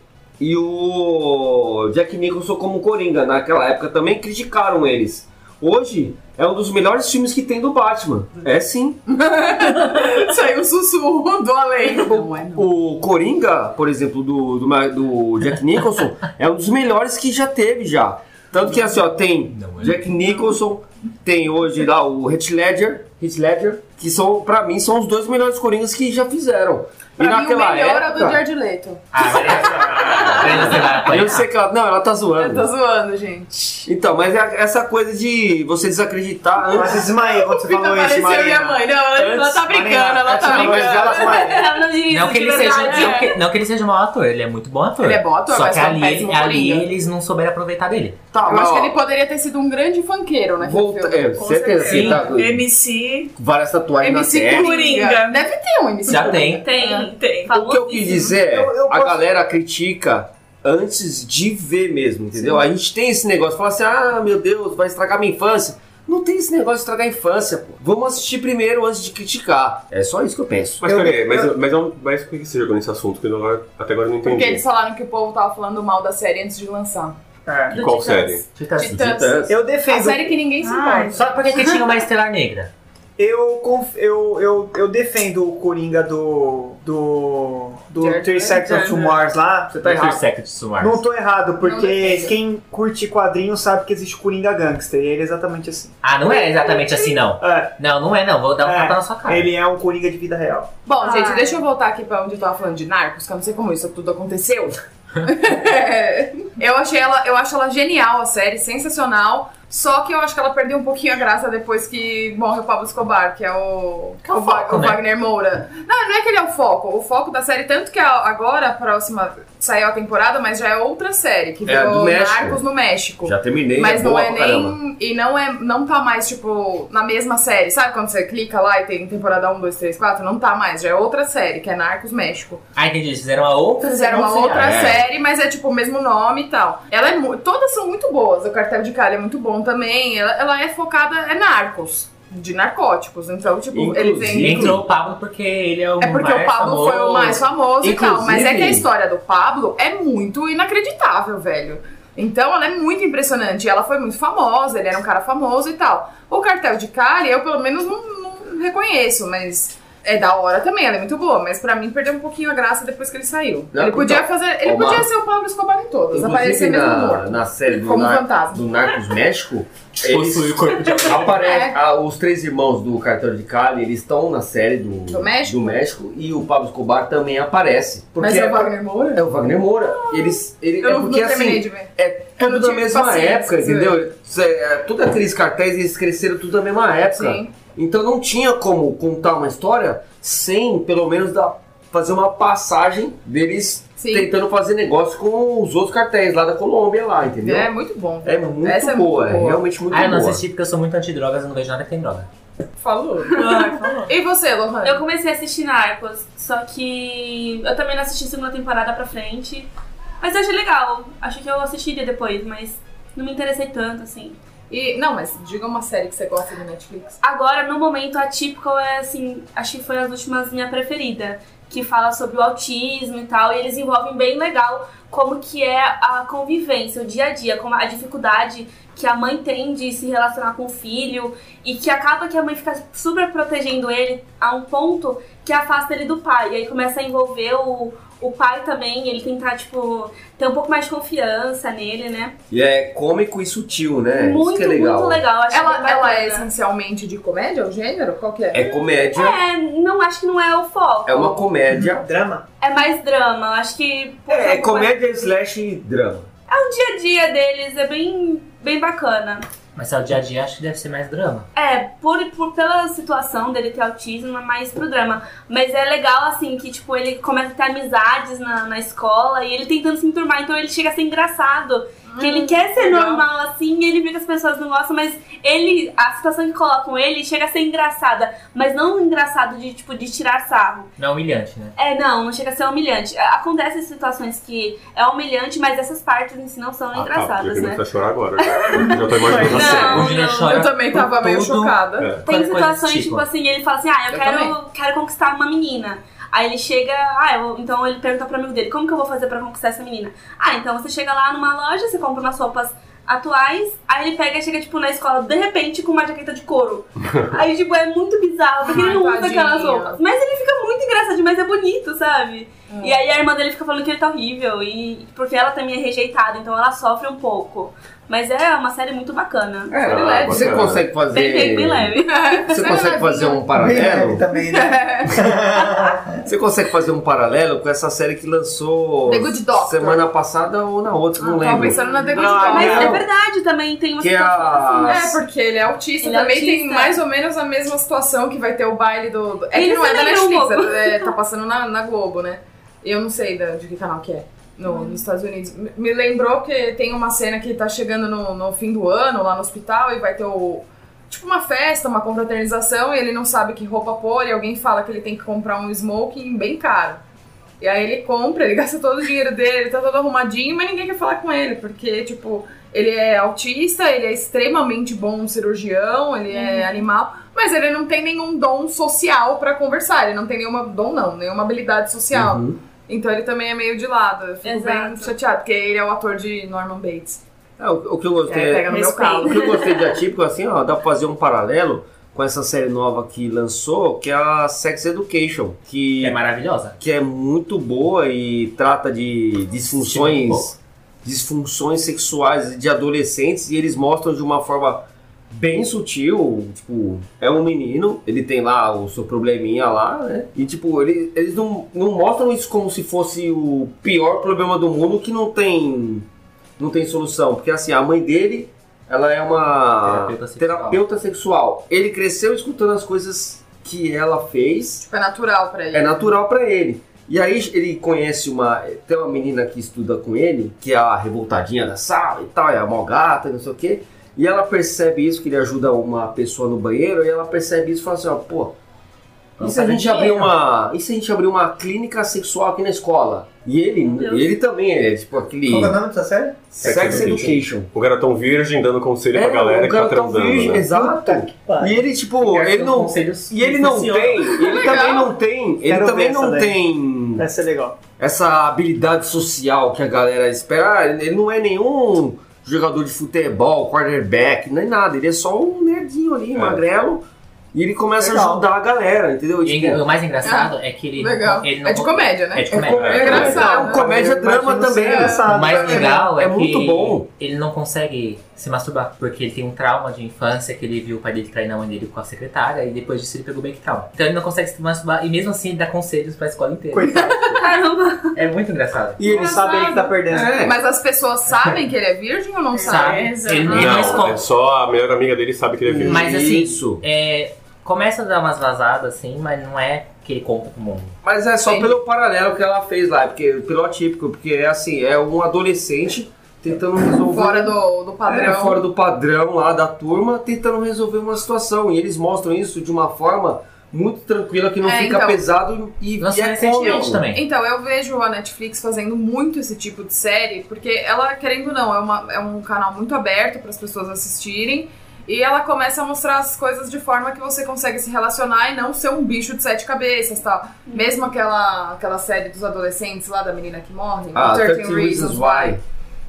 [SPEAKER 5] E o Jack Nicholson como Coringa, naquela época também criticaram eles. Hoje é um dos melhores filmes que tem do Batman. É sim.
[SPEAKER 6] Saiu um sussurro do além. Não é não.
[SPEAKER 5] O Coringa, por exemplo, do, do, Ma- do Jack Nicholson, é um dos melhores que já teve já. Tanto que assim, ó, tem
[SPEAKER 4] Não, é.
[SPEAKER 5] Jack Nicholson, tem hoje lá o Heath Ledger, Heath Ledger, que são, pra mim, são os dois melhores Coringas que já fizeram.
[SPEAKER 6] Pra
[SPEAKER 5] e
[SPEAKER 6] mim, o
[SPEAKER 5] naquela
[SPEAKER 6] melhor é o
[SPEAKER 5] época...
[SPEAKER 6] do Jared Leto.
[SPEAKER 4] Ah, beleza. Sei lá,
[SPEAKER 5] Eu sei que ela... Não, ela tá
[SPEAKER 6] Eu tô
[SPEAKER 5] zoando.
[SPEAKER 6] zoando, gente.
[SPEAKER 5] Então, mas é essa coisa de você desacreditar
[SPEAKER 7] Mas
[SPEAKER 5] antes...
[SPEAKER 7] Ismael, quando você
[SPEAKER 6] Pita
[SPEAKER 7] falou isso,
[SPEAKER 6] apareceu minha
[SPEAKER 7] Marina.
[SPEAKER 6] mãe. Não, ela, ela tá
[SPEAKER 5] Antes,
[SPEAKER 6] brincando,
[SPEAKER 7] Marina,
[SPEAKER 6] ela tá
[SPEAKER 7] antes, mas
[SPEAKER 6] brincando.
[SPEAKER 7] ela foi mais-
[SPEAKER 2] Ela não diz
[SPEAKER 4] Não
[SPEAKER 2] isso,
[SPEAKER 4] que,
[SPEAKER 2] de
[SPEAKER 4] ele seja,
[SPEAKER 2] verdade.
[SPEAKER 4] não, que, não que ele seja um mau ator, ele é muito bom ator.
[SPEAKER 6] Ele é bom ator,
[SPEAKER 4] Só
[SPEAKER 6] mas
[SPEAKER 4] que
[SPEAKER 6] é um
[SPEAKER 4] ali,
[SPEAKER 6] péssimo
[SPEAKER 4] ali
[SPEAKER 6] Coringa.
[SPEAKER 4] eles não souberam aproveitar dele.
[SPEAKER 5] Tá,
[SPEAKER 6] Eu
[SPEAKER 5] mas,
[SPEAKER 6] acho que
[SPEAKER 5] ó,
[SPEAKER 6] ele poderia ter sido um grande funkeiro, né?
[SPEAKER 5] Volta- é, certeza,
[SPEAKER 4] Sim.
[SPEAKER 5] tá,
[SPEAKER 3] MC
[SPEAKER 5] várias tatuagens na
[SPEAKER 6] MC
[SPEAKER 5] testa.
[SPEAKER 6] Coringa.
[SPEAKER 3] Coringa.
[SPEAKER 6] Deve ter um MC
[SPEAKER 4] Já
[SPEAKER 6] Coringa.
[SPEAKER 4] tem.
[SPEAKER 7] Ah.
[SPEAKER 2] Tem.
[SPEAKER 3] tem.
[SPEAKER 5] O que eu quis dizer é,
[SPEAKER 7] Eu- eu
[SPEAKER 5] a
[SPEAKER 7] gosto-
[SPEAKER 5] galera critica antes de ver mesmo, entendeu? A gente tem esse negócio, fala assim, ah, meu Deus, vai estragar minha infância. Não tem esse negócio de estragar a infância, pô. Vamos assistir primeiro antes de criticar. É só isso que eu penso.
[SPEAKER 1] Mas
[SPEAKER 7] Eu-
[SPEAKER 1] peraí, mas,
[SPEAKER 7] eu-
[SPEAKER 1] mas, é um- mas por que você jogou nesse assunto que eu agora- até agora eu não
[SPEAKER 6] Porque eles
[SPEAKER 1] entendi?
[SPEAKER 6] falaram que o povo tava falando mal da série antes de lançar.
[SPEAKER 7] É.
[SPEAKER 1] Qual
[SPEAKER 2] Titãs.
[SPEAKER 1] série?
[SPEAKER 4] Titãs.
[SPEAKER 6] Titãs.
[SPEAKER 1] é
[SPEAKER 7] Eu
[SPEAKER 6] A
[SPEAKER 7] defendo.
[SPEAKER 6] série que ninguém se importa.
[SPEAKER 4] Só porque que tinha uma Estelar Negra.
[SPEAKER 7] Eu, conf- eu, eu, eu defendo o Coringa do. do. do
[SPEAKER 6] Jared
[SPEAKER 7] Three Seconds to
[SPEAKER 6] Leto.
[SPEAKER 7] Mars lá. Você tá
[SPEAKER 4] Dr.
[SPEAKER 7] errado.
[SPEAKER 4] Secret Sumar.
[SPEAKER 7] Não tô errado,
[SPEAKER 6] Não
[SPEAKER 7] porque
[SPEAKER 6] defendo.
[SPEAKER 7] quem curte quadrinho sabe que existe Coringa Gangster, e ele é exatamente assim.
[SPEAKER 4] Ah, não é exatamente assim, não.
[SPEAKER 7] É,
[SPEAKER 4] Não, não é, não. Vou dar um
[SPEAKER 7] É,
[SPEAKER 4] tapa na sua cara.
[SPEAKER 7] ele é um Coringa de vida real.
[SPEAKER 6] Bom,
[SPEAKER 2] Ah.
[SPEAKER 6] gente, deixa eu voltar aqui pra onde eu tava falando de Narcos, que eu não sei como isso tudo aconteceu. eu achei ela, eu acho ela genial a série, sensacional. Só que eu acho que ela perdeu um pouquinho a graça depois que morre o Pablo Escobar, que é o,
[SPEAKER 4] Que é o
[SPEAKER 6] Va-
[SPEAKER 4] foco, né?
[SPEAKER 6] Wagner Moura. Não, não é que ele é o foco. O foco da série, tanto que a- agora a próxima saiu a temporada, mas já é outra série, que
[SPEAKER 5] É, a
[SPEAKER 6] virou
[SPEAKER 5] do México.
[SPEAKER 6] Narcos no México.
[SPEAKER 5] Já terminei,
[SPEAKER 6] Mas
[SPEAKER 5] é
[SPEAKER 6] não
[SPEAKER 5] boa
[SPEAKER 6] é
[SPEAKER 5] pra caramba.
[SPEAKER 6] nem. E não é. Não tá mais, tipo, na mesma série. Sabe quando você clica lá e tem temporada 1, 2, 3, 4? Não tá mais, já é outra série, que é Narcos México.
[SPEAKER 4] Ah, entendi. Eles fizeram uma outra.
[SPEAKER 6] Fizeram uma
[SPEAKER 4] série.
[SPEAKER 6] outra
[SPEAKER 5] é.
[SPEAKER 6] série, mas é tipo o mesmo nome e tal. Ela é mu- Todas são muito boas. O cartel de Cali é muito bom também. Ela, ela é focada, é narcos. De narcóticos. Então, tipo, ele
[SPEAKER 5] Inclusive,
[SPEAKER 6] vem.
[SPEAKER 4] Entrou o Pablo porque ele é o
[SPEAKER 6] É porque
[SPEAKER 4] mais
[SPEAKER 6] o Pablo
[SPEAKER 4] famoso.
[SPEAKER 6] foi o mais famoso e tal. Mas é que a
[SPEAKER 5] Inclusive-
[SPEAKER 6] história do Pablo é muito inacreditável, velho. Então ela é muito impressionante. Ela foi muito famosa, ele era um cara famoso e tal. O cartel de Cali, eu pelo menos não, não reconheço, mas. É da hora também, ela é muito boa, mas pra mim perdeu um pouquinho a graça depois que ele saiu.
[SPEAKER 5] Não,
[SPEAKER 6] ele podia
[SPEAKER 5] então,
[SPEAKER 6] fazer. Ele
[SPEAKER 5] ó,
[SPEAKER 6] podia
[SPEAKER 5] Marcos,
[SPEAKER 6] ser o Pablo Escobar em todas, aparecer
[SPEAKER 5] Inclusive
[SPEAKER 6] mesmo
[SPEAKER 5] na,
[SPEAKER 6] morto.
[SPEAKER 5] na série do,
[SPEAKER 6] Como
[SPEAKER 5] Nar-
[SPEAKER 6] fantasma.
[SPEAKER 5] do Narcos México, eles
[SPEAKER 1] Possui o corpo de alguém?
[SPEAKER 6] É.
[SPEAKER 5] Aparece, ah, os três irmãos do cartão de Cali, eles estão na série do,
[SPEAKER 6] Do México?
[SPEAKER 5] México, e o Pablo Escobar também aparece. Porque
[SPEAKER 6] Mas é o
[SPEAKER 5] é,
[SPEAKER 6] Wagner Moura?
[SPEAKER 5] é o Wagner Moura. Eles, ele,
[SPEAKER 6] Eu
[SPEAKER 5] é
[SPEAKER 6] não,
[SPEAKER 5] porque
[SPEAKER 6] não terminei
[SPEAKER 5] assim,
[SPEAKER 6] de ver.
[SPEAKER 5] é
[SPEAKER 6] Eu não
[SPEAKER 5] tudo da
[SPEAKER 6] tive
[SPEAKER 5] mesma
[SPEAKER 6] paciência,
[SPEAKER 5] época,
[SPEAKER 6] sim.
[SPEAKER 5] entendeu? Isso é- é, Todos aqueles cartéis, eles cresceram tudo da mesma época.
[SPEAKER 6] Sim.
[SPEAKER 5] Então não tinha como contar uma história sem, pelo menos, dar, fazer uma passagem deles
[SPEAKER 6] Sim.
[SPEAKER 5] tentando fazer negócio com os outros cartéis lá da Colômbia, lá, entendeu?
[SPEAKER 6] É
[SPEAKER 5] É,
[SPEAKER 6] muito bom.
[SPEAKER 5] muito,
[SPEAKER 6] Essa é muito
[SPEAKER 5] boa, é
[SPEAKER 6] boa.
[SPEAKER 5] realmente muito
[SPEAKER 4] Ah, eu não
[SPEAKER 5] boa.
[SPEAKER 4] assisti porque eu sou muito antidrogas, eu não vejo nada que tem droga.
[SPEAKER 6] Falou. E você, Lohan?
[SPEAKER 2] Eu comecei a assistir Narcos, só que eu também não assisti a segunda temporada pra frente. Mas eu achei legal. Achei que eu assistiria depois, mas não me interessei tanto, assim.
[SPEAKER 6] E, não, mas diga uma série que você gosta do Netflix.
[SPEAKER 2] Agora, no momento, a Typical é assim, acho que foi as últimas minha preferida, que fala sobre o autismo e tal, e eles envolvem bem legal como que é a convivência, o dia a dia, como a dificuldade que a mãe tem de se relacionar com o filho e que acaba que a mãe fica super protegendo ele a um ponto que afasta ele do pai. E aí começa a envolver o, o pai também, ele tentar, tipo, ter um pouco mais de confiança nele, né?
[SPEAKER 5] E é cômico e sutil, né? Isso
[SPEAKER 2] muito,
[SPEAKER 5] que é legal.
[SPEAKER 2] muito legal. Acho bem
[SPEAKER 6] Ela, ela é
[SPEAKER 2] bacana.
[SPEAKER 6] essencialmente de comédia, o gênero? Qual que é?
[SPEAKER 5] É comédia,
[SPEAKER 2] É, não acho que não é o foco.
[SPEAKER 5] é uma comédia.
[SPEAKER 7] Drama.
[SPEAKER 2] É mais drama. eu Acho que. pô,
[SPEAKER 5] É, é
[SPEAKER 2] uma-
[SPEAKER 5] comédia slash drama.
[SPEAKER 2] É o dia a dia deles, é bem, bem bacana.
[SPEAKER 4] Mas se é o dia a dia, acho que deve ser mais drama.
[SPEAKER 2] É, por, por, pela situação dele ter autismo, é mais pro drama. Mas é legal, assim, que, tipo, ele começa a ter amizades na, na escola e ele tentando se enturmar, então ele chega a ser engraçado. que ele quer ser
[SPEAKER 6] legal.
[SPEAKER 2] normal, assim, e ele vê que as pessoas não gostam, mas ele, a situação que colocam ele chega a ser engraçada. Mas não engraçado de, tipo, de tirar sarro.
[SPEAKER 4] Não é humilhante, né?
[SPEAKER 2] É, não, não chega a ser humilhante. É, Acontecem situações que é humilhante, mas essas partes em si não são
[SPEAKER 1] Ah, tá,
[SPEAKER 2] engraçadas,
[SPEAKER 1] porque
[SPEAKER 2] né?
[SPEAKER 1] não precisa chorar agora. né? Eu já tô imaginando a
[SPEAKER 2] Não.
[SPEAKER 1] cena.
[SPEAKER 4] Hoje
[SPEAKER 2] não.
[SPEAKER 4] chora
[SPEAKER 6] Eu também
[SPEAKER 4] por
[SPEAKER 6] tava meio
[SPEAKER 4] tudo.
[SPEAKER 6] chocada.
[SPEAKER 1] É.
[SPEAKER 2] Tem
[SPEAKER 4] Várias coisas
[SPEAKER 2] situações,
[SPEAKER 4] desse
[SPEAKER 2] tipo assim, ele fala assim, ah, eu,
[SPEAKER 6] Eu
[SPEAKER 2] quero,
[SPEAKER 6] também.
[SPEAKER 2] quero conquistar uma menina. Aí ele chega, ah, eu- então ele pergunta pro amigo dele, como que eu vou fazer pra conquistar essa menina? Ah, então você chega lá numa loja, você compra umas roupas atuais, aí ele pega e chega, tipo, na escola, de repente, com uma jaqueta de couro. aí, tipo, é muito bizarro, porque ele não
[SPEAKER 6] Ai,
[SPEAKER 2] usa aquelas
[SPEAKER 6] tadinho.
[SPEAKER 2] roupas. Mas ele fica muito engraçadinho, mas é bonito, sabe?
[SPEAKER 6] É.
[SPEAKER 2] E aí a irmã dele fica falando que ele tá horrível, e porque ela também é rejeitada, então ela sofre um pouco. Mas é uma série muito bacana.
[SPEAKER 5] É,
[SPEAKER 1] Ah,
[SPEAKER 5] leve. você
[SPEAKER 1] bacana.
[SPEAKER 5] consegue
[SPEAKER 2] Bem, bem,
[SPEAKER 5] fazer.
[SPEAKER 2] bem leve.
[SPEAKER 5] Você consegue fazer um
[SPEAKER 7] Bem leve
[SPEAKER 5] paralelo?
[SPEAKER 7] também, né?
[SPEAKER 5] Você consegue fazer um paralelo com essa série que lançou
[SPEAKER 6] The Good Doctor.
[SPEAKER 5] semana passada ou na outra, não
[SPEAKER 6] Tava
[SPEAKER 5] lembro.
[SPEAKER 6] pensando na The Good
[SPEAKER 5] Ah,
[SPEAKER 6] Doctor.
[SPEAKER 2] Mas é
[SPEAKER 5] não.
[SPEAKER 2] verdade também, tem uma
[SPEAKER 5] Que é
[SPEAKER 2] situação assim.
[SPEAKER 5] a-
[SPEAKER 2] né?
[SPEAKER 6] É, porque ele é autista
[SPEAKER 2] Ele é
[SPEAKER 6] também, tem
[SPEAKER 2] autista.
[SPEAKER 6] mais ou menos a mesma situação que vai ter o baile do. do- É que
[SPEAKER 2] Ele
[SPEAKER 6] não
[SPEAKER 2] se
[SPEAKER 6] é da
[SPEAKER 2] lembra um
[SPEAKER 6] Netflix,
[SPEAKER 2] pouco.
[SPEAKER 6] é, tá passando na, na Globo, né? Eu não sei da- de que canal que é. No,
[SPEAKER 2] Uhum.
[SPEAKER 6] Nos Estados Unidos. Me- Me lembrou que tem uma cena que tá chegando no, no fim do ano, lá no hospital, e vai ter o. Tipo uma festa, uma confraternização, e ele não sabe que roupa pôr, e alguém fala que ele tem que comprar um smoking bem caro. E aí ele compra, ele gasta todo o dinheiro dele, tá todo arrumadinho, mas ninguém quer falar com ele, porque, tipo, ele é autista, ele é extremamente bom cirurgião, ele é animal, mas ele não tem nenhum dom social pra conversar, ele não tem nenhuma dom não, nenhuma habilidade social.
[SPEAKER 5] Uhum.
[SPEAKER 6] Então ele também é meio de lado, eu fico bem
[SPEAKER 2] Exato.
[SPEAKER 6] chateado, porque ele é o ator de Norman Bates.
[SPEAKER 5] É, o, o que eu
[SPEAKER 6] E
[SPEAKER 5] gostei é,
[SPEAKER 6] aí pega no meu
[SPEAKER 2] Respeito.
[SPEAKER 6] calo.
[SPEAKER 5] O que eu gostei de Atípico, assim, ó, dá pra fazer um paralelo com essa série nova que lançou, que é a Sex Education, que,
[SPEAKER 4] Que é maravilhosa.
[SPEAKER 5] que é muito boa e trata de
[SPEAKER 4] Sim, um
[SPEAKER 5] disfunções,
[SPEAKER 4] pouco.
[SPEAKER 5] disfunções sexuais de adolescentes e eles mostram de uma forma bem sutil, tipo, é um menino, ele tem lá o seu probleminha lá, né? E tipo, ele, eles não, não mostram isso como se fosse o pior problema do mundo que não tem não tem solução, porque assim, a mãe dele, ela é uma
[SPEAKER 4] Terapeuta sexual.
[SPEAKER 5] terapeuta sexual. Ele cresceu escutando as coisas que ela fez
[SPEAKER 6] Tipo, é natural pra ele.
[SPEAKER 5] é natural pra ele. E aí ele conhece uma. Tem uma menina que estuda com ele, que é a revoltadinha da sala e tal, é a mó gata, não sei o quê. E ela percebe isso, que ele ajuda uma pessoa no banheiro, e ela percebe isso e fala assim, ó, pô. E
[SPEAKER 4] Vamos
[SPEAKER 5] se, a
[SPEAKER 4] fazer
[SPEAKER 5] gente abrir
[SPEAKER 4] dinheiro.
[SPEAKER 5] uma, e se a gente abrir uma clínica sexual aqui na escola? E ele,
[SPEAKER 2] Meu Deus.
[SPEAKER 5] ele também é tipo aquele
[SPEAKER 7] Qual que é o nome dessa série?
[SPEAKER 5] sex,
[SPEAKER 1] Sex
[SPEAKER 5] education. É,
[SPEAKER 1] O garotão virgem dando conselho pra
[SPEAKER 5] o
[SPEAKER 1] galera que tá
[SPEAKER 5] garotão
[SPEAKER 1] transando,
[SPEAKER 5] virgem,
[SPEAKER 1] né?
[SPEAKER 5] Exato.
[SPEAKER 7] Puta que pariu.
[SPEAKER 5] E ele, tipo,
[SPEAKER 4] Porque
[SPEAKER 5] ele
[SPEAKER 4] são
[SPEAKER 5] não.
[SPEAKER 4] conselhos
[SPEAKER 5] E
[SPEAKER 4] que
[SPEAKER 5] ele não
[SPEAKER 4] funcionam.
[SPEAKER 5] tem, ele
[SPEAKER 6] Legal.
[SPEAKER 5] também não tem, ele
[SPEAKER 7] Quero
[SPEAKER 5] também
[SPEAKER 7] ver
[SPEAKER 5] não
[SPEAKER 7] essa daí.
[SPEAKER 5] tem
[SPEAKER 7] Vai ser legal.
[SPEAKER 5] essa habilidade social que a galera espera. Ah, Ele não é nenhum jogador de futebol, quarterback, nem nada. Ele é só um nerdinho ali,
[SPEAKER 1] É.
[SPEAKER 5] magrelo. E ele começa a
[SPEAKER 7] Legal.
[SPEAKER 5] ajudar a galera, entendeu?
[SPEAKER 4] E
[SPEAKER 5] Tipo,
[SPEAKER 4] o mais engraçado é que ele,
[SPEAKER 6] Legal.
[SPEAKER 4] não, ele não.
[SPEAKER 6] é de comédia, né?
[SPEAKER 4] É de comédia.
[SPEAKER 6] É engraçado.
[SPEAKER 5] É um comédia-drama
[SPEAKER 7] Imagino
[SPEAKER 5] também.
[SPEAKER 7] ser engraçado.
[SPEAKER 4] O mais
[SPEAKER 7] também.
[SPEAKER 4] legal é,
[SPEAKER 5] É
[SPEAKER 4] que
[SPEAKER 5] muito bom.
[SPEAKER 4] ele não consegue se masturbar, porque ele tem um trauma de infância que ele viu o pai dele trair na mãe dele com a secretária e depois disso ele pegou bem que trauma. Então ele não consegue se masturbar e mesmo assim ele dá conselhos pra escola inteira.
[SPEAKER 7] Coitado.
[SPEAKER 2] Caramba,
[SPEAKER 4] É muito engraçado.
[SPEAKER 5] E ele
[SPEAKER 7] Não sabe ele que tá perdendo.
[SPEAKER 5] É.
[SPEAKER 6] Mas as pessoas sabem que ele é virgem ou não sabem?
[SPEAKER 4] Sabe? Ele
[SPEAKER 5] né?
[SPEAKER 1] Não,
[SPEAKER 4] ele não
[SPEAKER 1] é
[SPEAKER 4] esconde.
[SPEAKER 1] só a melhor amiga dele sabe que ele é virgem.
[SPEAKER 4] Mas assim,
[SPEAKER 5] Isso.
[SPEAKER 4] É, começa a dar umas vazadas assim, mas não é que ele conta pro mundo.
[SPEAKER 5] Mas é só
[SPEAKER 6] Sim.
[SPEAKER 5] pelo paralelo que ela fez lá, porque pelo atípico, porque é assim, é um adolescente tentando resolver
[SPEAKER 6] Fora do, do padrão.
[SPEAKER 5] É, fora do padrão lá da turma, tentando resolver uma situação. E eles mostram isso de uma forma muito tranquila, que não
[SPEAKER 6] É,
[SPEAKER 5] fica
[SPEAKER 6] então.
[SPEAKER 5] pesado e, e
[SPEAKER 4] Lançou
[SPEAKER 5] é
[SPEAKER 4] recentemente
[SPEAKER 5] cômico.
[SPEAKER 4] também.
[SPEAKER 6] Então, eu vejo a Netflix fazendo muito esse tipo de série, porque ela, querendo ou não, é, uma- é um canal muito aberto para as pessoas assistirem. E ela começa a mostrar as coisas de forma que você consegue se relacionar e não ser um bicho de sete cabeças e tal. Mesmo aquela, aquela série dos adolescentes lá da menina que morre,
[SPEAKER 5] Ah,
[SPEAKER 6] 13
[SPEAKER 5] 13 Reasons Why.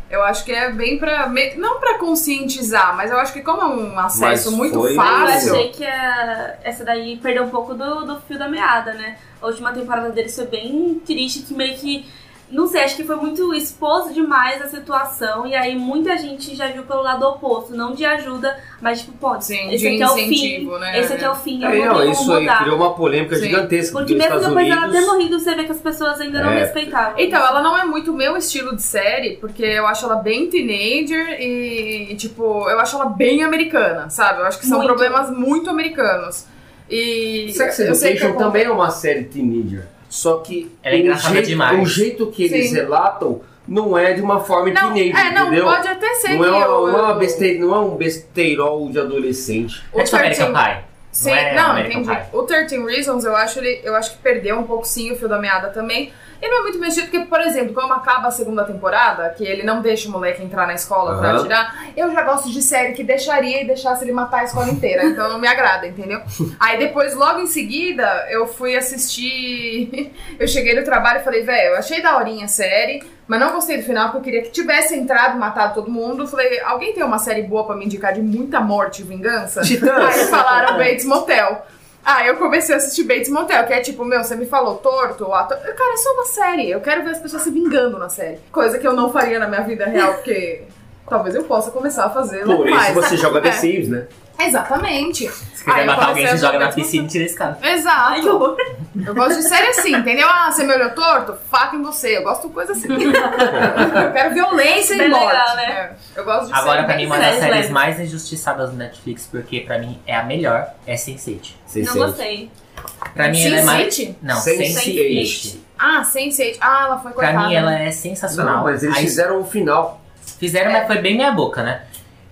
[SPEAKER 6] Eu acho que é bem pra. me- Não pra conscientizar, mas eu acho que como é um acesso
[SPEAKER 5] Mas
[SPEAKER 6] muito
[SPEAKER 5] foi-
[SPEAKER 2] Eu
[SPEAKER 6] fácil.
[SPEAKER 2] achei que a- essa daí perdeu um pouco do, do fio da meada, né? A última temporada deles foi bem triste, que meio que. Não sei, acho que foi muito exposto demais a situação. E aí muita gente já viu pelo lado oposto. Não de ajuda, mas tipo, pode.
[SPEAKER 6] Sim,
[SPEAKER 2] esse
[SPEAKER 6] de
[SPEAKER 2] aqui é o fim.
[SPEAKER 6] incentivo, né?
[SPEAKER 2] Esse aqui é o fim, eu
[SPEAKER 5] É,
[SPEAKER 2] não
[SPEAKER 5] não,
[SPEAKER 2] tenho
[SPEAKER 5] isso
[SPEAKER 2] como
[SPEAKER 5] aí
[SPEAKER 2] mudar.
[SPEAKER 5] criou uma polêmica
[SPEAKER 6] Sim.
[SPEAKER 5] gigantesca
[SPEAKER 2] Porque
[SPEAKER 5] nos
[SPEAKER 2] mesmo
[SPEAKER 5] Estados
[SPEAKER 2] depois
[SPEAKER 5] Unidos.
[SPEAKER 2] dela ter morrido, você vê que as pessoas ainda não
[SPEAKER 5] É.
[SPEAKER 2] respeitavam.
[SPEAKER 6] Então, ela não é muito meu estilo de série, porque eu acho ela bem teenager e, e, tipo, eu acho ela bem americana, sabe? Eu acho que são
[SPEAKER 2] Muito.
[SPEAKER 6] problemas muito americanos. E
[SPEAKER 5] Sex
[SPEAKER 6] eu sei que
[SPEAKER 5] Education
[SPEAKER 6] eu
[SPEAKER 5] também é uma série teenager. Só que
[SPEAKER 4] Ela é
[SPEAKER 5] o,
[SPEAKER 4] engraçada
[SPEAKER 5] jeito,
[SPEAKER 4] demais.
[SPEAKER 5] o jeito que eles
[SPEAKER 6] Sim.
[SPEAKER 5] relatam não é de uma forma
[SPEAKER 6] Não,
[SPEAKER 5] teenager,
[SPEAKER 6] é, não,
[SPEAKER 5] entendeu?
[SPEAKER 6] pode até ser
[SPEAKER 5] não, é
[SPEAKER 6] que
[SPEAKER 5] uma,
[SPEAKER 6] eu,
[SPEAKER 5] não é uma
[SPEAKER 6] eu-
[SPEAKER 5] beste- não é um besteirol de adolescente.
[SPEAKER 6] o
[SPEAKER 4] é tipo
[SPEAKER 6] 13
[SPEAKER 5] tá?
[SPEAKER 4] American Pie.
[SPEAKER 6] Sim,
[SPEAKER 4] Não é
[SPEAKER 6] não,
[SPEAKER 4] American
[SPEAKER 6] entendi. O 13 Reasons, eu acho, ele, eu acho que perdeu um pouco sim o fio da meada também. E não é muito mexido, porque, por exemplo, quando acaba a segunda temporada, que ele não deixa o moleque entrar na escola pra
[SPEAKER 5] Aham.
[SPEAKER 6] atirar, eu já gosto de série que deixaria e deixasse ele matar a escola inteira. então não me agrada, entendeu? Aí depois, logo em seguida, eu fui assistir. eu cheguei no trabalho e falei, velho, eu achei daorinha a série, mas não gostei do final, porque eu queria que tivesse entrado, matado todo mundo. Eu Falei, alguém tem uma série boa pra me indicar de muita morte e vingança? Aí falaram Bates Motel. Aí eu comecei a assistir Bates Motel, que é tipo, meu, você me falou torto, o ator. Cara, é só uma série. Eu quero ver as pessoas se vingando na série. Coisa que eu não faria na minha vida real, porque talvez eu possa começar a fazer. logo
[SPEAKER 5] Por isso
[SPEAKER 6] mais.
[SPEAKER 5] você joga The
[SPEAKER 6] É.
[SPEAKER 5] Sims, né?
[SPEAKER 6] Exatamente.
[SPEAKER 4] Se
[SPEAKER 6] Ah,
[SPEAKER 4] quiser
[SPEAKER 6] eu
[SPEAKER 4] matar alguém,
[SPEAKER 6] comecei
[SPEAKER 5] assim,
[SPEAKER 4] você
[SPEAKER 6] a
[SPEAKER 4] joga
[SPEAKER 6] jogar
[SPEAKER 4] na
[SPEAKER 6] com
[SPEAKER 4] piscina e tira esse cara.
[SPEAKER 6] Exato. eu gosto de série assim, entendeu? Ah, você me olhou torto? Faca em você. Eu gosto de coisa assim. eu quero violência e
[SPEAKER 2] Bem
[SPEAKER 6] morte.
[SPEAKER 2] legal, né?
[SPEAKER 6] É, eu gosto de
[SPEAKER 4] Agora,
[SPEAKER 6] série
[SPEAKER 4] pra
[SPEAKER 6] bem
[SPEAKER 5] é
[SPEAKER 4] mim, uma das
[SPEAKER 2] séries
[SPEAKER 4] séries
[SPEAKER 2] leves.
[SPEAKER 4] mais injustiçadas do Netflix, porque pra mim é a melhor, é Sense8.
[SPEAKER 5] Sem
[SPEAKER 2] não
[SPEAKER 5] ser.
[SPEAKER 2] gostei.
[SPEAKER 4] Pra mim, ela é mais...
[SPEAKER 6] Sense8?
[SPEAKER 4] Não,
[SPEAKER 5] Sense8.
[SPEAKER 4] Sense8.
[SPEAKER 6] Ah, Sense8. Ah, ela foi cortada.
[SPEAKER 4] Pra mim, ela é
[SPEAKER 5] Não,
[SPEAKER 4] sensacional.
[SPEAKER 5] mas eles
[SPEAKER 4] Aí
[SPEAKER 5] fizeram o final.
[SPEAKER 4] Fizeram, mas foi bem meia boca, né?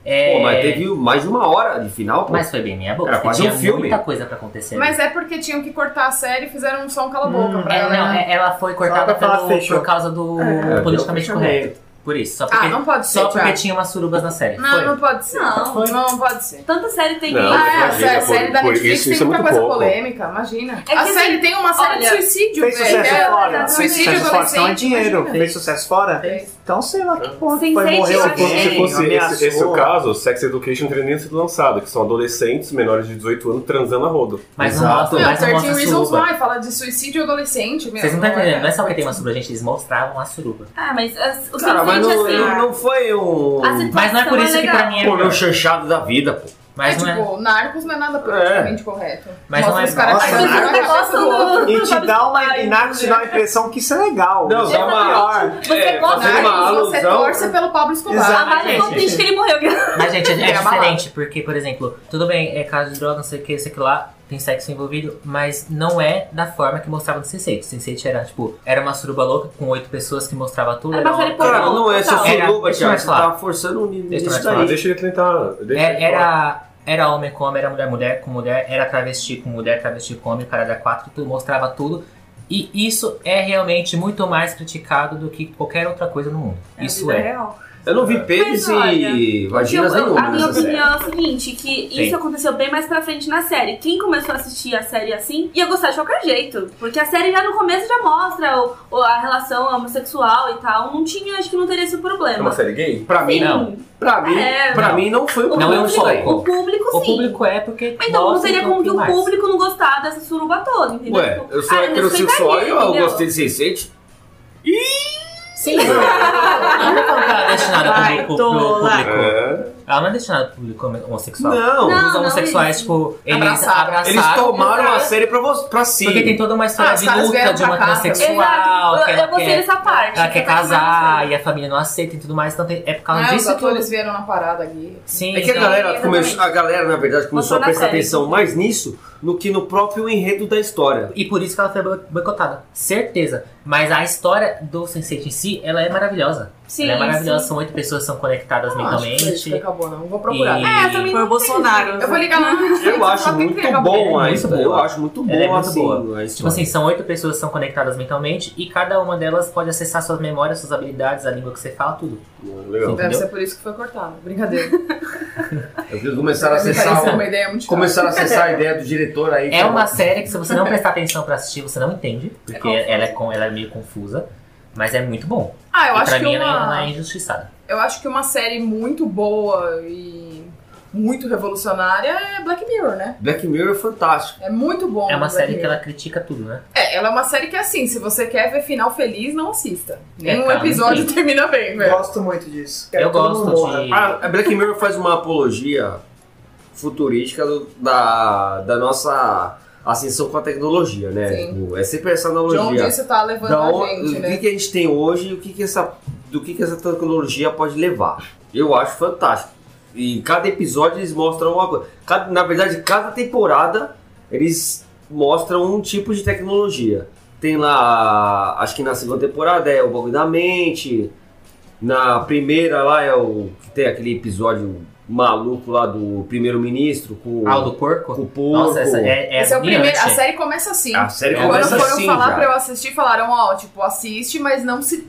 [SPEAKER 4] É...
[SPEAKER 5] Pô, mas teve mais de uma hora de final, pô.
[SPEAKER 4] mas foi bem meia boca.
[SPEAKER 5] Era
[SPEAKER 4] porque
[SPEAKER 5] quase um
[SPEAKER 4] tinha
[SPEAKER 5] filme.
[SPEAKER 4] muita coisa pra acontecer.
[SPEAKER 6] Mas é porque tinham que cortar a série e fizeram só um cala-boca
[SPEAKER 4] Hum,
[SPEAKER 6] pra
[SPEAKER 4] é,
[SPEAKER 6] ela.
[SPEAKER 4] não,
[SPEAKER 6] né?
[SPEAKER 4] é- ela foi cortada
[SPEAKER 7] pra falar
[SPEAKER 4] pelo-
[SPEAKER 7] fechou.
[SPEAKER 4] por causa do
[SPEAKER 5] É,
[SPEAKER 4] politicamente
[SPEAKER 5] deu
[SPEAKER 4] correto.
[SPEAKER 5] fechamento.
[SPEAKER 4] Por isso, só porque,
[SPEAKER 6] Ah, não pode ser,
[SPEAKER 4] só porque
[SPEAKER 6] Thiago.
[SPEAKER 4] tinha umas surubas na série.
[SPEAKER 6] Não,
[SPEAKER 4] Foi.
[SPEAKER 6] não pode ser.
[SPEAKER 2] Não.
[SPEAKER 6] Não, não pode ser.
[SPEAKER 2] Tanta série tem
[SPEAKER 1] Não,
[SPEAKER 2] isso.
[SPEAKER 6] ah, é, a
[SPEAKER 1] imagina,
[SPEAKER 6] série,
[SPEAKER 1] por-
[SPEAKER 6] série da
[SPEAKER 1] por
[SPEAKER 6] Netflix
[SPEAKER 1] isso- isso
[SPEAKER 6] tem
[SPEAKER 1] é
[SPEAKER 6] muita
[SPEAKER 1] muito
[SPEAKER 6] coisa
[SPEAKER 1] pouco.
[SPEAKER 6] polêmica, imagina.
[SPEAKER 2] É
[SPEAKER 6] a
[SPEAKER 2] que,
[SPEAKER 6] série
[SPEAKER 2] assim,
[SPEAKER 6] tem uma série
[SPEAKER 2] olha,
[SPEAKER 6] de suicídio,
[SPEAKER 7] Fez
[SPEAKER 6] velho.
[SPEAKER 7] sucesso
[SPEAKER 6] É,
[SPEAKER 7] fora. Fez
[SPEAKER 6] Suicídio
[SPEAKER 7] sucesso fora, então é
[SPEAKER 6] adolescente.
[SPEAKER 7] dinheiro. Fez sucesso fora?
[SPEAKER 6] Fez.
[SPEAKER 7] Então sei lá que porra.
[SPEAKER 2] Sim,
[SPEAKER 7] Foi
[SPEAKER 2] gente,
[SPEAKER 7] morrer
[SPEAKER 2] eu
[SPEAKER 1] Se fosse-
[SPEAKER 7] alguém,
[SPEAKER 1] se fosse esse,
[SPEAKER 7] ameaçou.
[SPEAKER 1] esse é o caso, Sex Education não teria nem sido lançado, que são adolescentes menores de 18 anos transando a rodo.
[SPEAKER 4] Mas não
[SPEAKER 5] Exato.
[SPEAKER 4] mostra,
[SPEAKER 6] Meu,
[SPEAKER 4] mas não
[SPEAKER 6] 13
[SPEAKER 4] mostra
[SPEAKER 6] Reasons
[SPEAKER 4] suruba.
[SPEAKER 6] Why fala de suicídio adolescente, meu.
[SPEAKER 4] Vocês não estão entendendo, não é só porque tem uma
[SPEAKER 6] suruba.
[SPEAKER 4] suruba, gente, eles mostravam a suruba.
[SPEAKER 2] Ah, mas as- o
[SPEAKER 5] Cara, mas não,
[SPEAKER 2] suficiente, assim.
[SPEAKER 5] não foi um.
[SPEAKER 2] a situação
[SPEAKER 4] Mas não é por isso que
[SPEAKER 2] legal.
[SPEAKER 4] pra mim é
[SPEAKER 5] Pô, meu
[SPEAKER 4] melhor.
[SPEAKER 5] chanchado da vida, pô.
[SPEAKER 6] É
[SPEAKER 4] Mas não é.
[SPEAKER 6] tipo, Narcos não é nada politicamente correto.
[SPEAKER 4] Mas
[SPEAKER 6] Mostra
[SPEAKER 4] não é-
[SPEAKER 6] os caras tipo,
[SPEAKER 7] Nossa,
[SPEAKER 6] que fazem
[SPEAKER 7] Narcos
[SPEAKER 6] na cabeça do outro.
[SPEAKER 7] E te dá uma, e Narcos te dá uma impressão que isso é legal.
[SPEAKER 5] Não,
[SPEAKER 7] isso
[SPEAKER 5] dá
[SPEAKER 7] é
[SPEAKER 5] uma-
[SPEAKER 7] pior.
[SPEAKER 2] Você
[SPEAKER 5] É,
[SPEAKER 2] gosta
[SPEAKER 5] fazendo uma
[SPEAKER 6] Narcos, você
[SPEAKER 5] alusão, né?
[SPEAKER 6] torce pelo Pablo Escobar.
[SPEAKER 2] Ah,
[SPEAKER 7] Exato.
[SPEAKER 2] mas eu tô triste que ele morreu.
[SPEAKER 4] Mas, gente, é,
[SPEAKER 6] É a balada.
[SPEAKER 4] diferente, porque, por exemplo, tudo bem, é caso de droga, não sei o que, não sei o que lá, tem sexo envolvido, mas não é da forma que mostrava no Sense8. Sense8 era, tipo, era uma suruba louca com oito pessoas que mostrava tudo.
[SPEAKER 2] É
[SPEAKER 4] era
[SPEAKER 2] uma série
[SPEAKER 4] uma-
[SPEAKER 2] pornô.
[SPEAKER 5] Cara, não é só
[SPEAKER 2] Total.
[SPEAKER 4] Era-
[SPEAKER 5] suruba,
[SPEAKER 4] deixa eu
[SPEAKER 5] Thiago.
[SPEAKER 4] mais
[SPEAKER 5] Você
[SPEAKER 4] falar.
[SPEAKER 5] tá forçando o nível
[SPEAKER 4] Deixa eu mais
[SPEAKER 5] disso
[SPEAKER 4] falar.
[SPEAKER 1] Ah,
[SPEAKER 5] daí.
[SPEAKER 1] deixa ele tentar. Deixa
[SPEAKER 4] É-
[SPEAKER 1] ele falar.
[SPEAKER 4] era, era homem com homem, era mulher, mulher com mulher, era travesti com mulher, travesti com homem, cara da quatro, tu mostrava tudo. E isso é realmente muito mais criticado do que qualquer outra coisa no mundo. isso é.
[SPEAKER 5] Eu não vi peitos
[SPEAKER 2] Mas olha,
[SPEAKER 5] e vaginas
[SPEAKER 2] Eu- eu-
[SPEAKER 5] nenhuma
[SPEAKER 2] a minha
[SPEAKER 5] nessa
[SPEAKER 4] assim.
[SPEAKER 5] série.
[SPEAKER 2] opinião é o seguinte, que isso aconteceu bem mais pra frente na série. Quem começou a assistir a série assim ia gostar de qualquer jeito. Porque a série já no começo já mostra o- o- a relação homossexual e tal. Não tinha, acho que não teria esse
[SPEAKER 1] É uma
[SPEAKER 2] problema.
[SPEAKER 1] série gay?
[SPEAKER 5] Pra mim,
[SPEAKER 2] Sim.
[SPEAKER 5] não. Pra mim,
[SPEAKER 2] assim, É,
[SPEAKER 5] pra
[SPEAKER 4] não.
[SPEAKER 5] mim não foi o
[SPEAKER 2] O
[SPEAKER 4] Não é
[SPEAKER 5] problema
[SPEAKER 4] um
[SPEAKER 5] isso daí.
[SPEAKER 4] foco.
[SPEAKER 2] O público
[SPEAKER 4] O
[SPEAKER 2] sim.
[SPEAKER 4] público é porque.
[SPEAKER 2] Mas Então não
[SPEAKER 4] mostra
[SPEAKER 2] seria
[SPEAKER 4] um
[SPEAKER 2] como que o
[SPEAKER 4] pouquinho mais.
[SPEAKER 2] público não gostar dessa suruba toda, entendeu?
[SPEAKER 5] Ué,
[SPEAKER 2] Tipo,
[SPEAKER 5] eu sou
[SPEAKER 2] ah,
[SPEAKER 5] heterossexual e
[SPEAKER 2] respeitaria,
[SPEAKER 5] eu
[SPEAKER 2] entendeu?
[SPEAKER 5] gostei de 600.
[SPEAKER 4] Sim.
[SPEAKER 6] Né,
[SPEAKER 4] Ela não falou que ela é destinada
[SPEAKER 3] Vai,
[SPEAKER 4] pro, pro
[SPEAKER 3] tola.
[SPEAKER 4] público.
[SPEAKER 1] É.
[SPEAKER 4] Ela não é destinada pro público homossexual.
[SPEAKER 5] Não.
[SPEAKER 2] Não.
[SPEAKER 4] Os homossexuais,
[SPEAKER 2] isso.
[SPEAKER 4] tipo, eles
[SPEAKER 6] Abraçaram.
[SPEAKER 4] abraçaram.
[SPEAKER 5] Eles tomaram a
[SPEAKER 4] Exato.
[SPEAKER 5] série pra, vo- pra si. É
[SPEAKER 4] Porque tem toda uma história
[SPEAKER 6] Ah,
[SPEAKER 4] de
[SPEAKER 6] os caras
[SPEAKER 4] luta
[SPEAKER 6] vieram
[SPEAKER 4] de uma
[SPEAKER 6] pra cá
[SPEAKER 4] transexual.
[SPEAKER 2] Exato,
[SPEAKER 4] que
[SPEAKER 2] eu,
[SPEAKER 4] ela
[SPEAKER 2] eu gostei
[SPEAKER 4] quer-
[SPEAKER 2] dessa parte. tá
[SPEAKER 4] Ela quer
[SPEAKER 2] Ela vai
[SPEAKER 4] casar
[SPEAKER 2] começar
[SPEAKER 4] e a família não aceita e tudo mais, então tem- é por causa
[SPEAKER 6] Ah, os
[SPEAKER 4] disso que.
[SPEAKER 6] atores vieram na parada aqui.
[SPEAKER 4] Sim,
[SPEAKER 5] É que a
[SPEAKER 4] então-
[SPEAKER 5] galera,
[SPEAKER 2] Exatamente.
[SPEAKER 5] começou, a galera, na verdade, começou
[SPEAKER 2] Mostrou
[SPEAKER 5] a
[SPEAKER 2] na
[SPEAKER 5] prestar
[SPEAKER 2] série.
[SPEAKER 5] atenção mais nisso do que no próprio enredo da história.
[SPEAKER 4] E por isso que ela foi bo- boicotada. Certeza. Mas a história do Sense8 em si, ela é maravilhosa.
[SPEAKER 2] Sim,
[SPEAKER 4] ela é maravilhosa.
[SPEAKER 2] sim.
[SPEAKER 4] São oito pessoas que são conectadas
[SPEAKER 5] Ah, acho que foi isso
[SPEAKER 4] mentalmente.
[SPEAKER 5] que acabou
[SPEAKER 6] acabou, não vou procurar.
[SPEAKER 4] E-
[SPEAKER 6] É, eu também
[SPEAKER 3] Foi o
[SPEAKER 6] não entendi.
[SPEAKER 3] Bolsonaro.
[SPEAKER 6] Eu vou ligar lá.
[SPEAKER 5] Eu acho
[SPEAKER 6] Só tem
[SPEAKER 2] é
[SPEAKER 5] muito
[SPEAKER 6] que pegar
[SPEAKER 5] bom
[SPEAKER 4] mulher.
[SPEAKER 5] a
[SPEAKER 4] Muito
[SPEAKER 5] história. Eu
[SPEAKER 4] boa.
[SPEAKER 5] acho muito bom
[SPEAKER 4] Ela é muito
[SPEAKER 5] assim,
[SPEAKER 4] boa.
[SPEAKER 5] a
[SPEAKER 4] Tipo
[SPEAKER 5] história.
[SPEAKER 4] assim, são oito pessoas que são conectadas mentalmente e cada uma delas pode acessar suas memórias, suas habilidades, a língua que você fala, tudo.
[SPEAKER 1] Legal.
[SPEAKER 6] Deve
[SPEAKER 4] Entendeu?
[SPEAKER 6] ser por isso que foi cortado. Brincadeira.
[SPEAKER 5] Eu fiz- começaram a
[SPEAKER 6] Me
[SPEAKER 5] acessar,
[SPEAKER 6] pareceu
[SPEAKER 5] o-
[SPEAKER 6] uma ideia muito
[SPEAKER 5] começaram a acessar a ideia do diretor aí.
[SPEAKER 4] É
[SPEAKER 5] que-
[SPEAKER 4] uma série que se você não prestar atenção pra assistir, você não entende, porque
[SPEAKER 6] confusa.
[SPEAKER 4] ela, é com, ela é meio confusa, mas é muito bom.
[SPEAKER 6] Ah, eu
[SPEAKER 4] e
[SPEAKER 6] acho
[SPEAKER 4] pra
[SPEAKER 6] que
[SPEAKER 4] mim ela, é-
[SPEAKER 6] uma...
[SPEAKER 4] ela é injustiçada.
[SPEAKER 6] Eu acho que uma série muito boa e muito revolucionária é Black Mirror, né?
[SPEAKER 5] Black Mirror é fantástico.
[SPEAKER 6] É muito bom.
[SPEAKER 4] É uma
[SPEAKER 6] Black
[SPEAKER 4] série que
[SPEAKER 6] Mirror.
[SPEAKER 4] ela critica tudo, né?
[SPEAKER 6] É, ela é uma série que é assim, se você quer ver final feliz, não assista. Nenhum
[SPEAKER 4] cara, não
[SPEAKER 6] episódio
[SPEAKER 4] tem.
[SPEAKER 6] termina bem, velho.
[SPEAKER 7] Gosto muito disso. Quero
[SPEAKER 4] Eu
[SPEAKER 7] que todo mundo
[SPEAKER 4] gosto
[SPEAKER 7] morra.
[SPEAKER 4] de.
[SPEAKER 6] Ah,
[SPEAKER 5] Ah, A, a Black Mirror faz uma apologia futurística do- da, da nossa ascensão com a tecnologia, né?
[SPEAKER 6] Sim.
[SPEAKER 5] Tipo, É sempre essa
[SPEAKER 6] De onde
[SPEAKER 5] analogia.
[SPEAKER 6] isso tá levando
[SPEAKER 5] Da
[SPEAKER 6] a
[SPEAKER 5] on-
[SPEAKER 6] gente,
[SPEAKER 5] o
[SPEAKER 6] né?
[SPEAKER 5] que, que a gente tem hoje e o que, que essa, do que, que essa tecnologia pode levar. Eu acho fantástico. E cada episódio eles mostram uma coisa. Cada- na verdade, cada temporada eles mostram um tipo de tecnologia. Tem lá, acho que na segunda temporada é o bagulho da mente. Na primeira lá é o que tem aquele episódio maluco lá do primeiro-ministro com,
[SPEAKER 4] Ah, o do porco?
[SPEAKER 5] com o porco.
[SPEAKER 4] Nossa, essa é, é
[SPEAKER 6] Esse é o primeiro. A
[SPEAKER 4] agoniante.
[SPEAKER 6] série começa assim.
[SPEAKER 5] A série
[SPEAKER 6] Quando
[SPEAKER 5] começa
[SPEAKER 6] foram
[SPEAKER 5] assim,
[SPEAKER 6] falar
[SPEAKER 5] já.
[SPEAKER 6] pra eu assistir, falaram, ó, tipo, assiste, mas não se.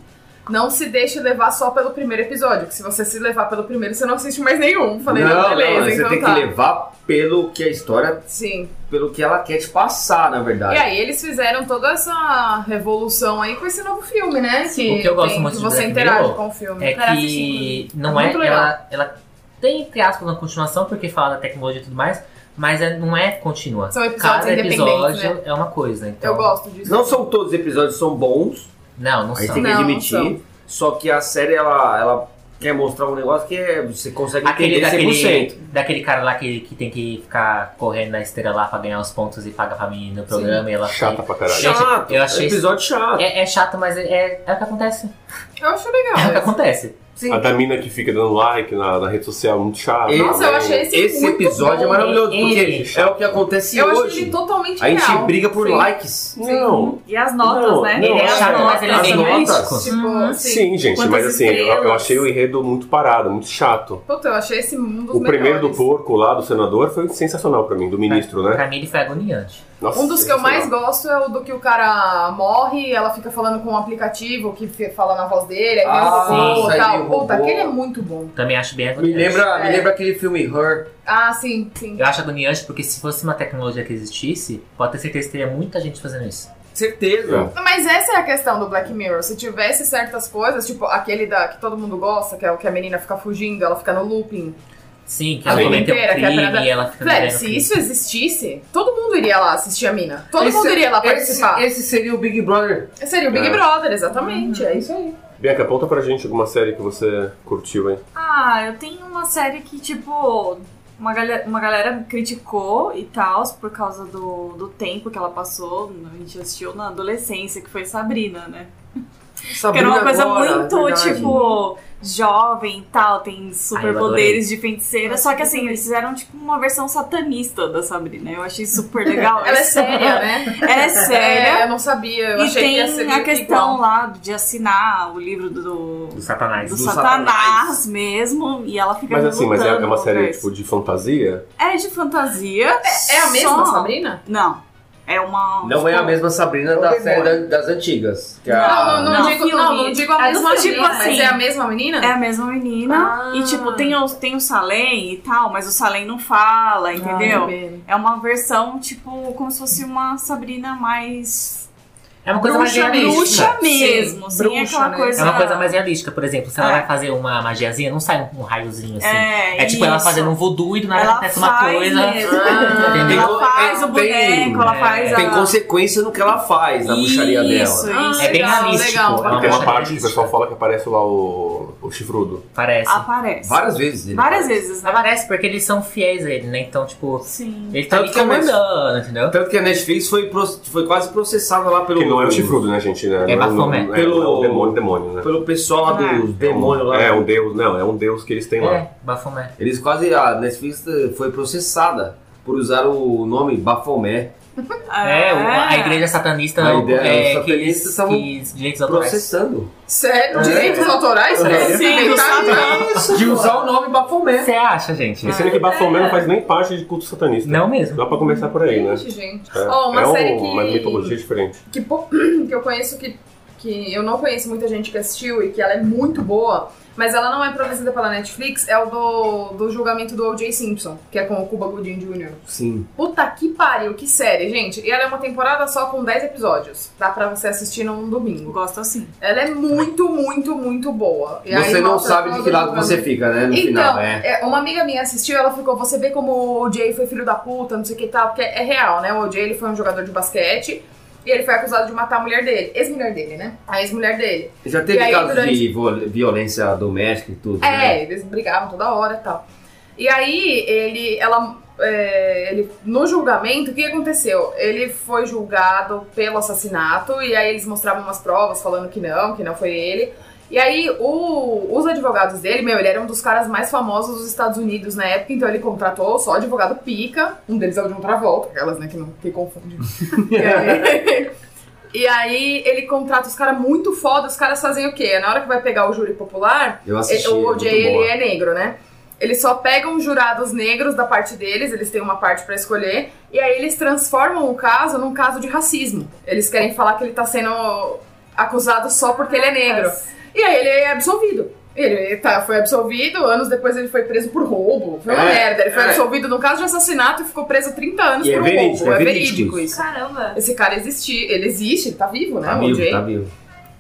[SPEAKER 6] Não se deixe levar só pelo primeiro episódio, que se você se levar pelo primeiro, você não assiste mais nenhum. Falei,
[SPEAKER 5] não,
[SPEAKER 6] não,
[SPEAKER 5] não,
[SPEAKER 6] beleza,
[SPEAKER 5] você
[SPEAKER 6] então
[SPEAKER 5] tem
[SPEAKER 6] tá.
[SPEAKER 5] que levar pelo que a história,
[SPEAKER 6] Sim.
[SPEAKER 5] pelo que ela quer te passar, na
[SPEAKER 6] E
[SPEAKER 5] verdade.
[SPEAKER 6] aí eles fizeram toda essa revolução aí com esse novo filme, né? Que,
[SPEAKER 4] O que eu gosto muito
[SPEAKER 6] que
[SPEAKER 4] de
[SPEAKER 6] você
[SPEAKER 4] Black
[SPEAKER 6] interage
[SPEAKER 4] Mirror
[SPEAKER 6] com o filme. né?
[SPEAKER 4] É
[SPEAKER 2] Pra assistir,
[SPEAKER 4] que
[SPEAKER 2] inclusive.
[SPEAKER 4] não
[SPEAKER 6] É
[SPEAKER 4] é.
[SPEAKER 6] muito legal.
[SPEAKER 4] ela, ela tem, entre aspas, uma continuação, porque fala da tecnologia e tudo mais, mas é- não é contínua.
[SPEAKER 6] São episódios
[SPEAKER 4] Cada
[SPEAKER 6] independentes,
[SPEAKER 4] episódio
[SPEAKER 6] né?
[SPEAKER 4] é uma coisa. Então,
[SPEAKER 6] Eu gosto disso.
[SPEAKER 5] Não são todos os episódios são bons,
[SPEAKER 4] Não, não
[SPEAKER 5] a gente
[SPEAKER 4] são.
[SPEAKER 5] tem que
[SPEAKER 6] Não,
[SPEAKER 5] admitir.
[SPEAKER 6] são.
[SPEAKER 5] Só que a série ela, ela quer mostrar um negócio que é, você consegue
[SPEAKER 4] Aquele
[SPEAKER 5] entender 100%.
[SPEAKER 4] daquele, daquele cara lá que, que tem que ficar correndo na esteira lá pra ganhar os pontos e paga pra menina no programa e ela
[SPEAKER 1] Chata pra caralho.
[SPEAKER 4] Gente,
[SPEAKER 5] Chato,
[SPEAKER 4] eu achei
[SPEAKER 5] é um episódio chato.
[SPEAKER 4] É, é chato, mas é, é, é o que acontece.
[SPEAKER 6] Eu acho legal.
[SPEAKER 5] tá
[SPEAKER 4] É o que
[SPEAKER 6] esse.
[SPEAKER 4] acontece.
[SPEAKER 5] Sim.
[SPEAKER 1] A da mina que fica dando like na, na rede social, muito chato.
[SPEAKER 5] Ele-
[SPEAKER 6] Nossa, eu achei assim, esse,
[SPEAKER 5] Esse
[SPEAKER 6] muito
[SPEAKER 5] episódio
[SPEAKER 6] bom.
[SPEAKER 5] é maravilhoso,
[SPEAKER 4] Ele- ele-
[SPEAKER 5] porque é o que acontece
[SPEAKER 6] Eu acho ele
[SPEAKER 5] hoje.
[SPEAKER 6] totalmente
[SPEAKER 5] A gente
[SPEAKER 6] real.
[SPEAKER 5] briga por
[SPEAKER 6] Sim.
[SPEAKER 5] likes.
[SPEAKER 1] Não,
[SPEAKER 3] E as né? notas,
[SPEAKER 1] Não,
[SPEAKER 3] né?
[SPEAKER 1] não,
[SPEAKER 4] Ele é
[SPEAKER 1] acho-
[SPEAKER 4] chato, mas ele é
[SPEAKER 5] as
[SPEAKER 4] bem
[SPEAKER 5] notas.
[SPEAKER 4] realístico.
[SPEAKER 6] Tipo,
[SPEAKER 3] Uhum.
[SPEAKER 6] assim,
[SPEAKER 1] Sim, gente,
[SPEAKER 3] Quantas
[SPEAKER 1] mas assim, eu, eu
[SPEAKER 3] estrelas?
[SPEAKER 1] achei o enredo muito parado, muito chato.
[SPEAKER 6] Puta, eu achei esse um dos
[SPEAKER 1] O primeiro do
[SPEAKER 6] melhores.
[SPEAKER 1] porco lá, do senador, foi sensacional pra mim, do ministro, né?
[SPEAKER 4] Pra mim ele foi agoniante.
[SPEAKER 1] Nossa,
[SPEAKER 6] Um dos que eu mais
[SPEAKER 1] sensacional.
[SPEAKER 6] gosto é o do que o cara morre e ela fica falando com um aplicativo que fi- fala na voz dele, aí vem
[SPEAKER 5] Ah,
[SPEAKER 6] o robô
[SPEAKER 5] sim,
[SPEAKER 6] e
[SPEAKER 5] aí
[SPEAKER 6] tal.
[SPEAKER 5] vem o
[SPEAKER 6] Puta,
[SPEAKER 5] robô.
[SPEAKER 6] aquele é muito bom.
[SPEAKER 4] Também acho bem
[SPEAKER 5] Me
[SPEAKER 4] agoniante.
[SPEAKER 5] lembra, me
[SPEAKER 6] É.
[SPEAKER 5] lembra aquele filme Her.
[SPEAKER 6] Ah, sim, sim.
[SPEAKER 4] Eu acho agoniante porque se fosse uma tecnologia que existisse, pode ter certeza que teria muita gente fazendo isso.
[SPEAKER 5] Certeza.
[SPEAKER 6] Mas essa é a questão do Black Mirror. Se tivesse certas coisas, tipo aquele da que todo mundo gosta, que é o que a menina fica fugindo, ela fica no looping.
[SPEAKER 4] Sim, que
[SPEAKER 6] A
[SPEAKER 4] ela
[SPEAKER 1] vida
[SPEAKER 4] cometeu
[SPEAKER 6] inteira, que é
[SPEAKER 4] crime
[SPEAKER 6] pra-
[SPEAKER 4] e ela fica
[SPEAKER 6] Velho,
[SPEAKER 4] vivendo
[SPEAKER 6] se
[SPEAKER 4] crime.
[SPEAKER 6] isso existisse, todo mundo iria lá assistir a mina. Todo mundo
[SPEAKER 5] Esse-
[SPEAKER 6] iria lá
[SPEAKER 5] esse,
[SPEAKER 6] participar.
[SPEAKER 5] esse seria o Big Brother.
[SPEAKER 6] Seria o Big
[SPEAKER 1] É.
[SPEAKER 6] Brother, exatamente. É isso aí.
[SPEAKER 1] Bianca, aponta pra gente alguma série que você curtiu, hein?
[SPEAKER 3] Ah, eu tenho uma série que, tipo, uma galera, uma galera criticou e tal, por causa do, do tempo que ela passou. A gente assistiu na adolescência, que foi Sabrina, né? Que era uma coisa
[SPEAKER 5] é
[SPEAKER 1] é
[SPEAKER 3] muito, tipo, jovem e tal, tem superpoderes de feiticeira. Só que assim, eles fizeram tipo uma versão satanista da Sabrina. Eu achei super legal.
[SPEAKER 6] Ela é séria, né?
[SPEAKER 3] Ela é séria.
[SPEAKER 6] É, eu não sabia. Eu
[SPEAKER 3] E
[SPEAKER 6] achei que ia ser
[SPEAKER 3] tem a questão
[SPEAKER 6] igual.
[SPEAKER 3] lá de assinar o livro do,
[SPEAKER 4] Do
[SPEAKER 3] do,
[SPEAKER 4] satanás.
[SPEAKER 5] do
[SPEAKER 3] satanás,
[SPEAKER 5] Satanás.
[SPEAKER 3] mesmo. E ela fica
[SPEAKER 1] Mas assim, mas é, é
[SPEAKER 3] relutando
[SPEAKER 1] uma série
[SPEAKER 3] atrás.
[SPEAKER 1] tipo de fantasia?
[SPEAKER 3] É de fantasia.
[SPEAKER 6] É a mesma
[SPEAKER 3] só-
[SPEAKER 6] Sabrina?
[SPEAKER 3] Não. É uma.
[SPEAKER 5] Não é a mesma Sabrina
[SPEAKER 7] O
[SPEAKER 5] da
[SPEAKER 7] demônio.
[SPEAKER 5] série da- das antigas. que é
[SPEAKER 6] Não,
[SPEAKER 5] a-
[SPEAKER 6] não, não,
[SPEAKER 3] Não,
[SPEAKER 6] digo,
[SPEAKER 3] Ah, filme.
[SPEAKER 6] não, não digo a
[SPEAKER 3] É do
[SPEAKER 6] mesma
[SPEAKER 3] tipo
[SPEAKER 6] menina, mas
[SPEAKER 3] assim.
[SPEAKER 6] é a mesma menina?
[SPEAKER 3] É a mesma menina.
[SPEAKER 6] Ah.
[SPEAKER 3] E, tipo, tem o, tem o Salem e tal, mas o Salem não fala,
[SPEAKER 6] Ah,
[SPEAKER 3] entendeu? é uma versão, tipo, como se fosse uma Sabrina mais.
[SPEAKER 4] É uma coisa
[SPEAKER 3] bruxa,
[SPEAKER 4] mais realística.
[SPEAKER 3] bruxa mesmo.
[SPEAKER 6] Sim,
[SPEAKER 3] Sim, é
[SPEAKER 6] bruxa,
[SPEAKER 3] aquela
[SPEAKER 6] né?
[SPEAKER 3] coisa.
[SPEAKER 4] É uma coisa mais realística, por exemplo, se ela
[SPEAKER 3] É.
[SPEAKER 4] vai fazer uma magiazinha, não sai um, um raiozinho assim.
[SPEAKER 3] É,
[SPEAKER 4] É, tipo ela
[SPEAKER 3] isso.
[SPEAKER 4] fazendo um voodoo e do nada
[SPEAKER 3] Ela
[SPEAKER 4] acontece uma
[SPEAKER 3] faz
[SPEAKER 4] coisa. Ah,
[SPEAKER 3] mesmo.
[SPEAKER 6] Ah,
[SPEAKER 4] Entendeu? É,
[SPEAKER 3] Ela faz o boneco, ela faz a.
[SPEAKER 5] Tem consequência no que ela faz na bruxaria
[SPEAKER 3] isso,
[SPEAKER 5] dela.
[SPEAKER 3] Isso,
[SPEAKER 6] Ah,
[SPEAKER 4] É bem
[SPEAKER 6] legal,
[SPEAKER 4] realístico.
[SPEAKER 6] legal.
[SPEAKER 4] é
[SPEAKER 1] Tem uma parte
[SPEAKER 4] bruxa
[SPEAKER 1] que o
[SPEAKER 4] realística,
[SPEAKER 1] pessoal fala que aparece lá o, o chifrudo.
[SPEAKER 4] Parece.
[SPEAKER 3] Aparece.
[SPEAKER 5] Várias vezes. ele
[SPEAKER 3] Várias
[SPEAKER 5] faz.
[SPEAKER 3] vezes, né?
[SPEAKER 4] assim. Aparece porque eles são fiéis a ele, né? Então, tipo,
[SPEAKER 3] Sim.
[SPEAKER 4] ele tá
[SPEAKER 5] Tanto
[SPEAKER 4] me
[SPEAKER 5] que é mais-
[SPEAKER 4] comandando, entendeu?
[SPEAKER 5] Tanto que a Netflix foi, pro- foi quase processada lá pelo.
[SPEAKER 1] Que não é o chifrudo, né, gente? Né?
[SPEAKER 4] É
[SPEAKER 1] Não não-
[SPEAKER 4] Baphomet.
[SPEAKER 1] não
[SPEAKER 5] Pelo-
[SPEAKER 1] É o demônio, demônio, né?
[SPEAKER 5] Pelo pessoal lá
[SPEAKER 3] Ah.
[SPEAKER 5] dos demônios lá.
[SPEAKER 1] É, um deus, não, é um deus que eles têm lá.
[SPEAKER 4] É, Bafomé.
[SPEAKER 5] Eles quase. A Netflix foi processada por usar o nome Bafomé.
[SPEAKER 4] É, o- a igreja satanista
[SPEAKER 5] A igreja
[SPEAKER 4] é, que,
[SPEAKER 5] satanista
[SPEAKER 4] eles-
[SPEAKER 5] são
[SPEAKER 4] que os direitos autorais.
[SPEAKER 5] Processando.
[SPEAKER 6] Sério? Uhum. Direitos autorais?
[SPEAKER 5] É.
[SPEAKER 3] Sim,
[SPEAKER 6] tá Inventaram?
[SPEAKER 7] É
[SPEAKER 5] De usar o nome Baphomet.
[SPEAKER 4] Você acha, gente?
[SPEAKER 1] E
[SPEAKER 6] Ah, é
[SPEAKER 1] sendo que Bafomé não faz nem parte de culto satanista.
[SPEAKER 4] Não mesmo.
[SPEAKER 1] Dá pra começar por aí, né?
[SPEAKER 6] Gente, gente.
[SPEAKER 1] É,
[SPEAKER 6] Ó, uma
[SPEAKER 1] é
[SPEAKER 6] série
[SPEAKER 1] um-
[SPEAKER 6] que-
[SPEAKER 1] uma mitologia diferente.
[SPEAKER 6] que, pou- que eu conheço que, que eu não conheço muita gente que assistiu e que ela é muito boa, mas ela não é produzida pela Netflix, é o do, do julgamento do O.J. Simpson, que é com o Cuba Gooding Jr.
[SPEAKER 5] Sim.
[SPEAKER 6] Puta que pariu, que série, gente. E ela é uma temporada só com 10 episódios. Dá pra você assistir num domingo.
[SPEAKER 3] Gosto assim.
[SPEAKER 6] Ela é muito, muito, muito boa. E
[SPEAKER 5] Você
[SPEAKER 6] aí
[SPEAKER 5] não
[SPEAKER 6] mostra
[SPEAKER 5] sabe de
[SPEAKER 6] todo
[SPEAKER 5] que
[SPEAKER 6] o
[SPEAKER 5] lado você
[SPEAKER 6] julgamento.
[SPEAKER 5] fica, né? No
[SPEAKER 6] Então,
[SPEAKER 5] final, é.
[SPEAKER 6] é, uma amiga minha assistiu, ela ficou, você vê como o Jay foi filho da puta, não sei o que e tal, porque é real, né? O Jay ele foi um jogador de basquete e ele foi acusado de matar a mulher dele, ex-mulher dele, né? A ex-mulher dele.
[SPEAKER 5] Já teve
[SPEAKER 6] E aí,
[SPEAKER 5] casos de
[SPEAKER 6] durante-
[SPEAKER 5] vo- violência doméstica e tudo, né?
[SPEAKER 6] É, eles brigavam toda hora e tal. E aí, ele, ela, é, ele, no julgamento, o que aconteceu? Ele foi julgado pelo assassinato e aí eles mostravam umas provas falando que não, que não foi ele. E aí, o- os advogados dele, meu, ele era um dos caras mais famosos dos Estados Unidos na época, então ele contratou só advogado pica, um deles é o John Travolta, aquelas, né, que não que confunde. e, aí, e aí, ele contrata os caras muito foda, os caras fazem o quê? Na hora que vai pegar o júri popular,
[SPEAKER 5] Eu assisti.
[SPEAKER 6] o
[SPEAKER 5] é muito
[SPEAKER 6] OJ, ele
[SPEAKER 5] boa.
[SPEAKER 6] é negro, né? Eles só pegam jurados negros da parte deles, eles têm uma parte pra escolher, e aí eles transformam o caso num caso de racismo. Eles querem falar que ele tá sendo acusado só porque ele é negro. E aí ele é absolvido. Ele tá, foi absolvido, anos depois ele foi preso por roubo. Foi uma
[SPEAKER 5] É,
[SPEAKER 6] merda. Ele foi
[SPEAKER 5] é.
[SPEAKER 6] absolvido num caso de assassinato e ficou preso 30 anos
[SPEAKER 5] E é
[SPEAKER 6] por
[SPEAKER 5] verídico,
[SPEAKER 6] roubo.
[SPEAKER 5] é
[SPEAKER 6] É
[SPEAKER 5] verídico
[SPEAKER 6] verídico
[SPEAKER 5] isso.
[SPEAKER 6] isso.
[SPEAKER 2] Caramba.
[SPEAKER 6] Esse cara existe, ele existe, ele tá vivo, né?
[SPEAKER 5] Tá
[SPEAKER 6] o
[SPEAKER 5] vivo,
[SPEAKER 6] OJ.
[SPEAKER 5] tá vivo.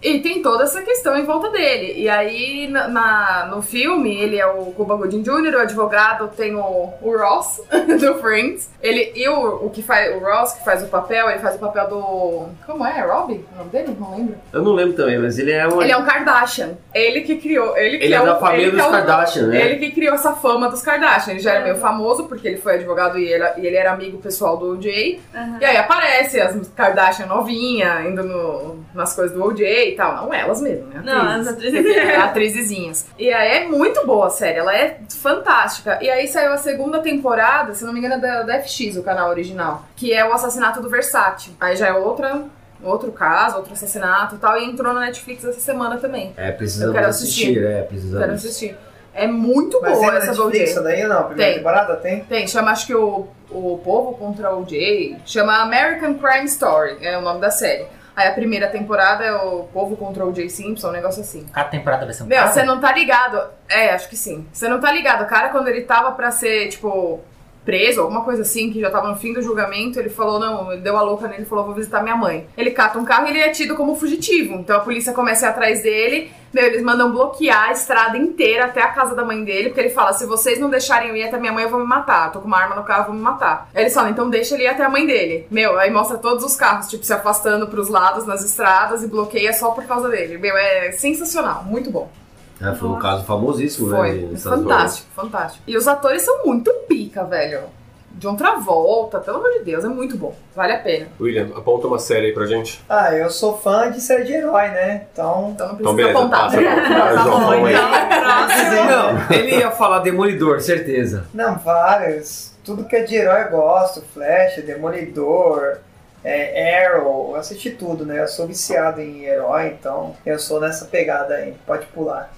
[SPEAKER 6] E tem toda essa questão em volta dele. E aí, na, na- no filme, ele é o Cuba Gooding Jr., o advogado tem o, o Ross, do Friends. Ele, e o, o que faz, o Ross, que faz o papel, ele faz o papel do... Como é? Robbie? O nome dele? Não lembro.
[SPEAKER 5] Eu não lembro também, mas ele é um.
[SPEAKER 6] Ele é um Kardashian. Ele que criou... Ele, que
[SPEAKER 5] Ele é
[SPEAKER 6] o-
[SPEAKER 5] da família
[SPEAKER 6] ele que
[SPEAKER 5] dos
[SPEAKER 6] é o-
[SPEAKER 5] Kardashian, né? É.
[SPEAKER 6] Ele que criou essa fama dos Kardashian. Ele já era meio famoso, porque ele foi advogado e ele, e ele era amigo pessoal do O.J. E aí aparece as Kardashian novinha, indo no- nas coisas do OJ e tal. Não elas mesmo, né?
[SPEAKER 2] Não,
[SPEAKER 6] Atrizes.
[SPEAKER 2] as atrizes.
[SPEAKER 6] Atrizezinhas. E aí é muito boa a série, ela é fantástica. E aí saiu a segunda temporada, se não me engano, é da, da FX, o canal original, que é o assassinato do Versace. Aí já é outra, outro caso, outro assassinato e tal, e entrou na Netflix essa semana também.
[SPEAKER 5] É,
[SPEAKER 6] um- Eu
[SPEAKER 5] precisamos
[SPEAKER 6] quero
[SPEAKER 5] assistir.
[SPEAKER 6] assistir.
[SPEAKER 5] é,
[SPEAKER 6] Quero
[SPEAKER 5] precisamos.
[SPEAKER 6] assistir. É muito
[SPEAKER 7] Mas
[SPEAKER 6] boa
[SPEAKER 7] tem
[SPEAKER 6] essa do
[SPEAKER 7] Netflix,
[SPEAKER 6] OJ.
[SPEAKER 7] isso daí ou não? Primeira
[SPEAKER 6] Tem.
[SPEAKER 7] temporada é tem?
[SPEAKER 6] Tem, chama acho que o, o Povo contra o Jay. Chama American Crime Story, é o nome da série. Aí a primeira temporada é o Povo contra o Jay Simpson, um negócio assim.
[SPEAKER 4] Cada temporada vai ser um
[SPEAKER 6] Meu,
[SPEAKER 4] caso.
[SPEAKER 6] você não tá ligado. É, acho que sim. Você não tá ligado. O cara, quando ele tava pra ser, tipo, preso, alguma coisa assim, que já tava no fim do julgamento, ele falou, não, ele deu a louca nele e falou, vou visitar minha mãe. Ele cata um carro e ele é tido como fugitivo. Então a polícia começa a ir atrás dele. Meu, eles mandam bloquear a estrada inteira até a casa da mãe dele, porque ele fala, se vocês não deixarem eu ir até minha mãe, eu vou me matar. Tô com uma arma no carro, eu vou me matar. Aí eles falam, então deixa ele ir até a mãe dele. Meu, aí mostra todos os carros, tipo, se afastando pros lados nas estradas e bloqueia só por causa dele. Meu, é sensacional, muito bom.
[SPEAKER 5] É, foi um caso famosíssimo, né?
[SPEAKER 6] Foi.
[SPEAKER 5] de Estados
[SPEAKER 6] Fantástico, fantástico. E os atores são muito pica, velho. John Travolta, pelo amor de Deus, é muito bom. Vale a pena.
[SPEAKER 1] William, aponta uma série aí pra gente.
[SPEAKER 7] Ah, eu sou fã de série de herói, né? Então.
[SPEAKER 6] Então não precisa
[SPEAKER 1] Então, beleza.
[SPEAKER 6] apontar.
[SPEAKER 1] Passa pra-
[SPEAKER 7] Tá
[SPEAKER 1] pra João,
[SPEAKER 7] bom,
[SPEAKER 1] calma aí.
[SPEAKER 7] então.
[SPEAKER 5] Unidos. Não, ele ia falar Demolidor, certeza.
[SPEAKER 7] Não, várias. Tudo que é de herói eu gosto. Flash, Demolidor, é, Arrow. Eu assisti tudo, né? Eu sou viciado em herói, então eu sou nessa pegada aí. Pode pular.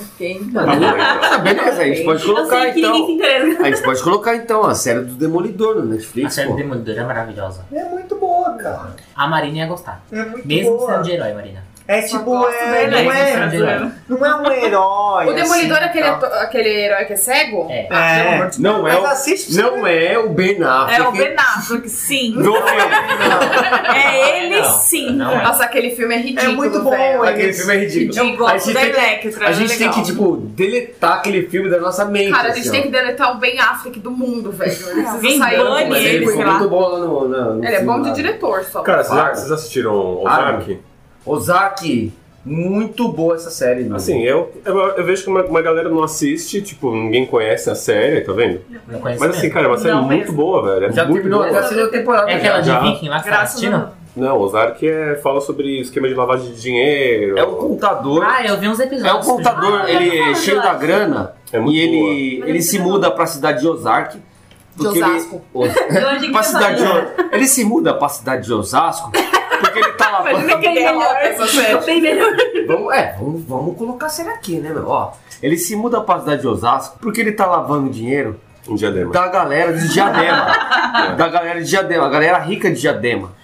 [SPEAKER 6] Ok.
[SPEAKER 5] Tá bom, então. Beleza, a gente pode
[SPEAKER 2] Eu
[SPEAKER 5] colocar
[SPEAKER 2] sei que ninguém se
[SPEAKER 5] então.
[SPEAKER 2] interessa.
[SPEAKER 5] A gente pode colocar então a série do Demolidor no
[SPEAKER 4] A
[SPEAKER 5] Netflix,
[SPEAKER 4] série do
[SPEAKER 5] pô.
[SPEAKER 4] Demolidor é maravilhosa.
[SPEAKER 7] É muito boa, cara.
[SPEAKER 4] A Marina ia gostar.
[SPEAKER 7] É muito
[SPEAKER 4] Mesmo
[SPEAKER 7] boa.
[SPEAKER 4] sendo de herói, Marina.
[SPEAKER 7] É
[SPEAKER 6] Só
[SPEAKER 7] tipo,
[SPEAKER 6] gosto
[SPEAKER 7] é,
[SPEAKER 6] dele,
[SPEAKER 7] não,
[SPEAKER 4] Mesmo sendo de
[SPEAKER 7] é,
[SPEAKER 4] herói.
[SPEAKER 7] não é um herói.
[SPEAKER 6] O Demolidor é
[SPEAKER 7] assim,
[SPEAKER 6] aquele,
[SPEAKER 7] tá?
[SPEAKER 6] ato- aquele herói que é cego?
[SPEAKER 4] É.
[SPEAKER 6] Ah, pelo
[SPEAKER 7] É.
[SPEAKER 6] amor de
[SPEAKER 5] Não é
[SPEAKER 7] Mas
[SPEAKER 5] o,
[SPEAKER 7] assiste pra
[SPEAKER 5] não é o Ben Affleck.
[SPEAKER 3] É o Ben Affleck, sim.
[SPEAKER 5] Não é.
[SPEAKER 3] É ele,
[SPEAKER 4] Não,
[SPEAKER 3] sim.
[SPEAKER 4] Não é.
[SPEAKER 6] Nossa, aquele filme é ridículo.
[SPEAKER 7] É muito bom,
[SPEAKER 6] velho.
[SPEAKER 7] é.
[SPEAKER 5] Aquele filme é ridículo.
[SPEAKER 3] Eu
[SPEAKER 5] A
[SPEAKER 3] gosto
[SPEAKER 5] gente
[SPEAKER 3] da
[SPEAKER 6] é
[SPEAKER 5] tem que-
[SPEAKER 3] Electra.
[SPEAKER 5] A gente tem que, tipo, deletar aquele filme da nossa mente.
[SPEAKER 6] Cara, a gente
[SPEAKER 5] assim,
[SPEAKER 6] tem
[SPEAKER 5] ó.
[SPEAKER 6] que deletar o Ben Affleck do mundo, velho. Ele precisa
[SPEAKER 3] Alguém
[SPEAKER 6] sair
[SPEAKER 3] bane
[SPEAKER 6] do mundo.
[SPEAKER 5] Mas ele
[SPEAKER 3] ele,
[SPEAKER 5] foi
[SPEAKER 3] sei lá.
[SPEAKER 5] muito bom lá no. no- no
[SPEAKER 6] Ele é
[SPEAKER 5] filme
[SPEAKER 6] bom de
[SPEAKER 5] lá.
[SPEAKER 6] diretor só.
[SPEAKER 1] Cara, vocês, já,
[SPEAKER 5] Claro.
[SPEAKER 1] vocês assistiram Ozark?
[SPEAKER 5] Ozark, muito boa essa série, mano.
[SPEAKER 1] Assim, eu, eu, eu vejo que uma, uma galera não assiste, tipo, ninguém conhece a série, tá vendo?
[SPEAKER 4] Não conheço
[SPEAKER 1] Mas assim,
[SPEAKER 4] mesmo.
[SPEAKER 1] cara, é uma série
[SPEAKER 3] Não
[SPEAKER 1] muito
[SPEAKER 3] mesmo.
[SPEAKER 1] boa, velho. É
[SPEAKER 5] já
[SPEAKER 1] muito
[SPEAKER 5] terminou
[SPEAKER 1] boa.
[SPEAKER 5] até a segunda temporada.
[SPEAKER 4] É
[SPEAKER 5] já.
[SPEAKER 4] aquela
[SPEAKER 1] já.
[SPEAKER 4] de Viking lá que tá
[SPEAKER 3] Graças a
[SPEAKER 4] assistindo?
[SPEAKER 3] Deus.
[SPEAKER 1] Não, Ozark é, fala sobre esquema de lavagem de dinheiro.
[SPEAKER 5] É o contador.
[SPEAKER 4] Ah, eu vi uns episódios.
[SPEAKER 5] É o contador,
[SPEAKER 4] Ah,
[SPEAKER 5] ele é
[SPEAKER 2] falando,
[SPEAKER 5] cheio
[SPEAKER 2] eu
[SPEAKER 5] da
[SPEAKER 2] acho.
[SPEAKER 5] grana
[SPEAKER 1] É muito
[SPEAKER 5] e
[SPEAKER 1] boa.
[SPEAKER 5] ele,
[SPEAKER 2] Mas
[SPEAKER 5] ele
[SPEAKER 2] eu
[SPEAKER 5] se
[SPEAKER 2] não sei
[SPEAKER 5] muda pra cidade de Ozark.
[SPEAKER 6] de
[SPEAKER 5] porque ele-
[SPEAKER 6] Osasco.
[SPEAKER 2] Eu achei que
[SPEAKER 5] pra
[SPEAKER 2] você
[SPEAKER 5] cidade de
[SPEAKER 2] falou.
[SPEAKER 5] O- ele se muda pra cidade de Osasco porque ele tá lá.
[SPEAKER 2] Ficou bem melhor. Ficou bem melhor.
[SPEAKER 5] Vamos, é, vamos, vamos colocar será aqui, né, meu? Ó, ele se muda pra cidade de Osasco porque ele tá lavando dinheiro
[SPEAKER 1] Em Um diadema.
[SPEAKER 5] da galera de
[SPEAKER 1] É.
[SPEAKER 5] Diadema. da galera de Diadema, a galera rica de Diadema.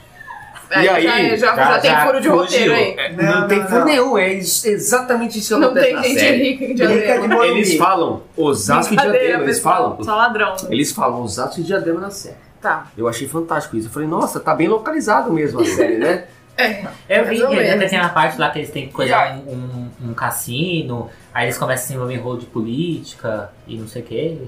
[SPEAKER 6] Aí
[SPEAKER 5] E aí,
[SPEAKER 6] já- é, já, já
[SPEAKER 4] já-
[SPEAKER 6] tem
[SPEAKER 4] já
[SPEAKER 6] furo de
[SPEAKER 4] fugiu.
[SPEAKER 6] roteiro aí.
[SPEAKER 5] É,
[SPEAKER 7] Não,
[SPEAKER 5] não,
[SPEAKER 7] não,
[SPEAKER 5] tem furo
[SPEAKER 7] não.
[SPEAKER 5] nenhum, é ex- exatamente isso que
[SPEAKER 6] Não
[SPEAKER 5] acontece
[SPEAKER 6] tem
[SPEAKER 5] na
[SPEAKER 6] gente
[SPEAKER 5] série.
[SPEAKER 6] rica em
[SPEAKER 7] Rica de
[SPEAKER 6] Diadema.
[SPEAKER 7] Morumbi.
[SPEAKER 5] Eles falam Osasco e
[SPEAKER 6] Brincadeira,
[SPEAKER 5] Diadema, eles
[SPEAKER 6] pessoal.
[SPEAKER 5] falam.
[SPEAKER 3] Só ladrão.
[SPEAKER 5] Eles falam Osasco e Diadema na série.
[SPEAKER 6] Tá.
[SPEAKER 5] Eu achei fantástico isso. Eu falei, nossa, tá bem localizado mesmo a série, né?
[SPEAKER 6] É.
[SPEAKER 4] Eu vi
[SPEAKER 6] Mais ou
[SPEAKER 4] que
[SPEAKER 6] menos.
[SPEAKER 4] até tem uma parte lá que eles têm que coisar um, um- um cassino, aí eles começam a se envolver em rolo de política e não sei o que.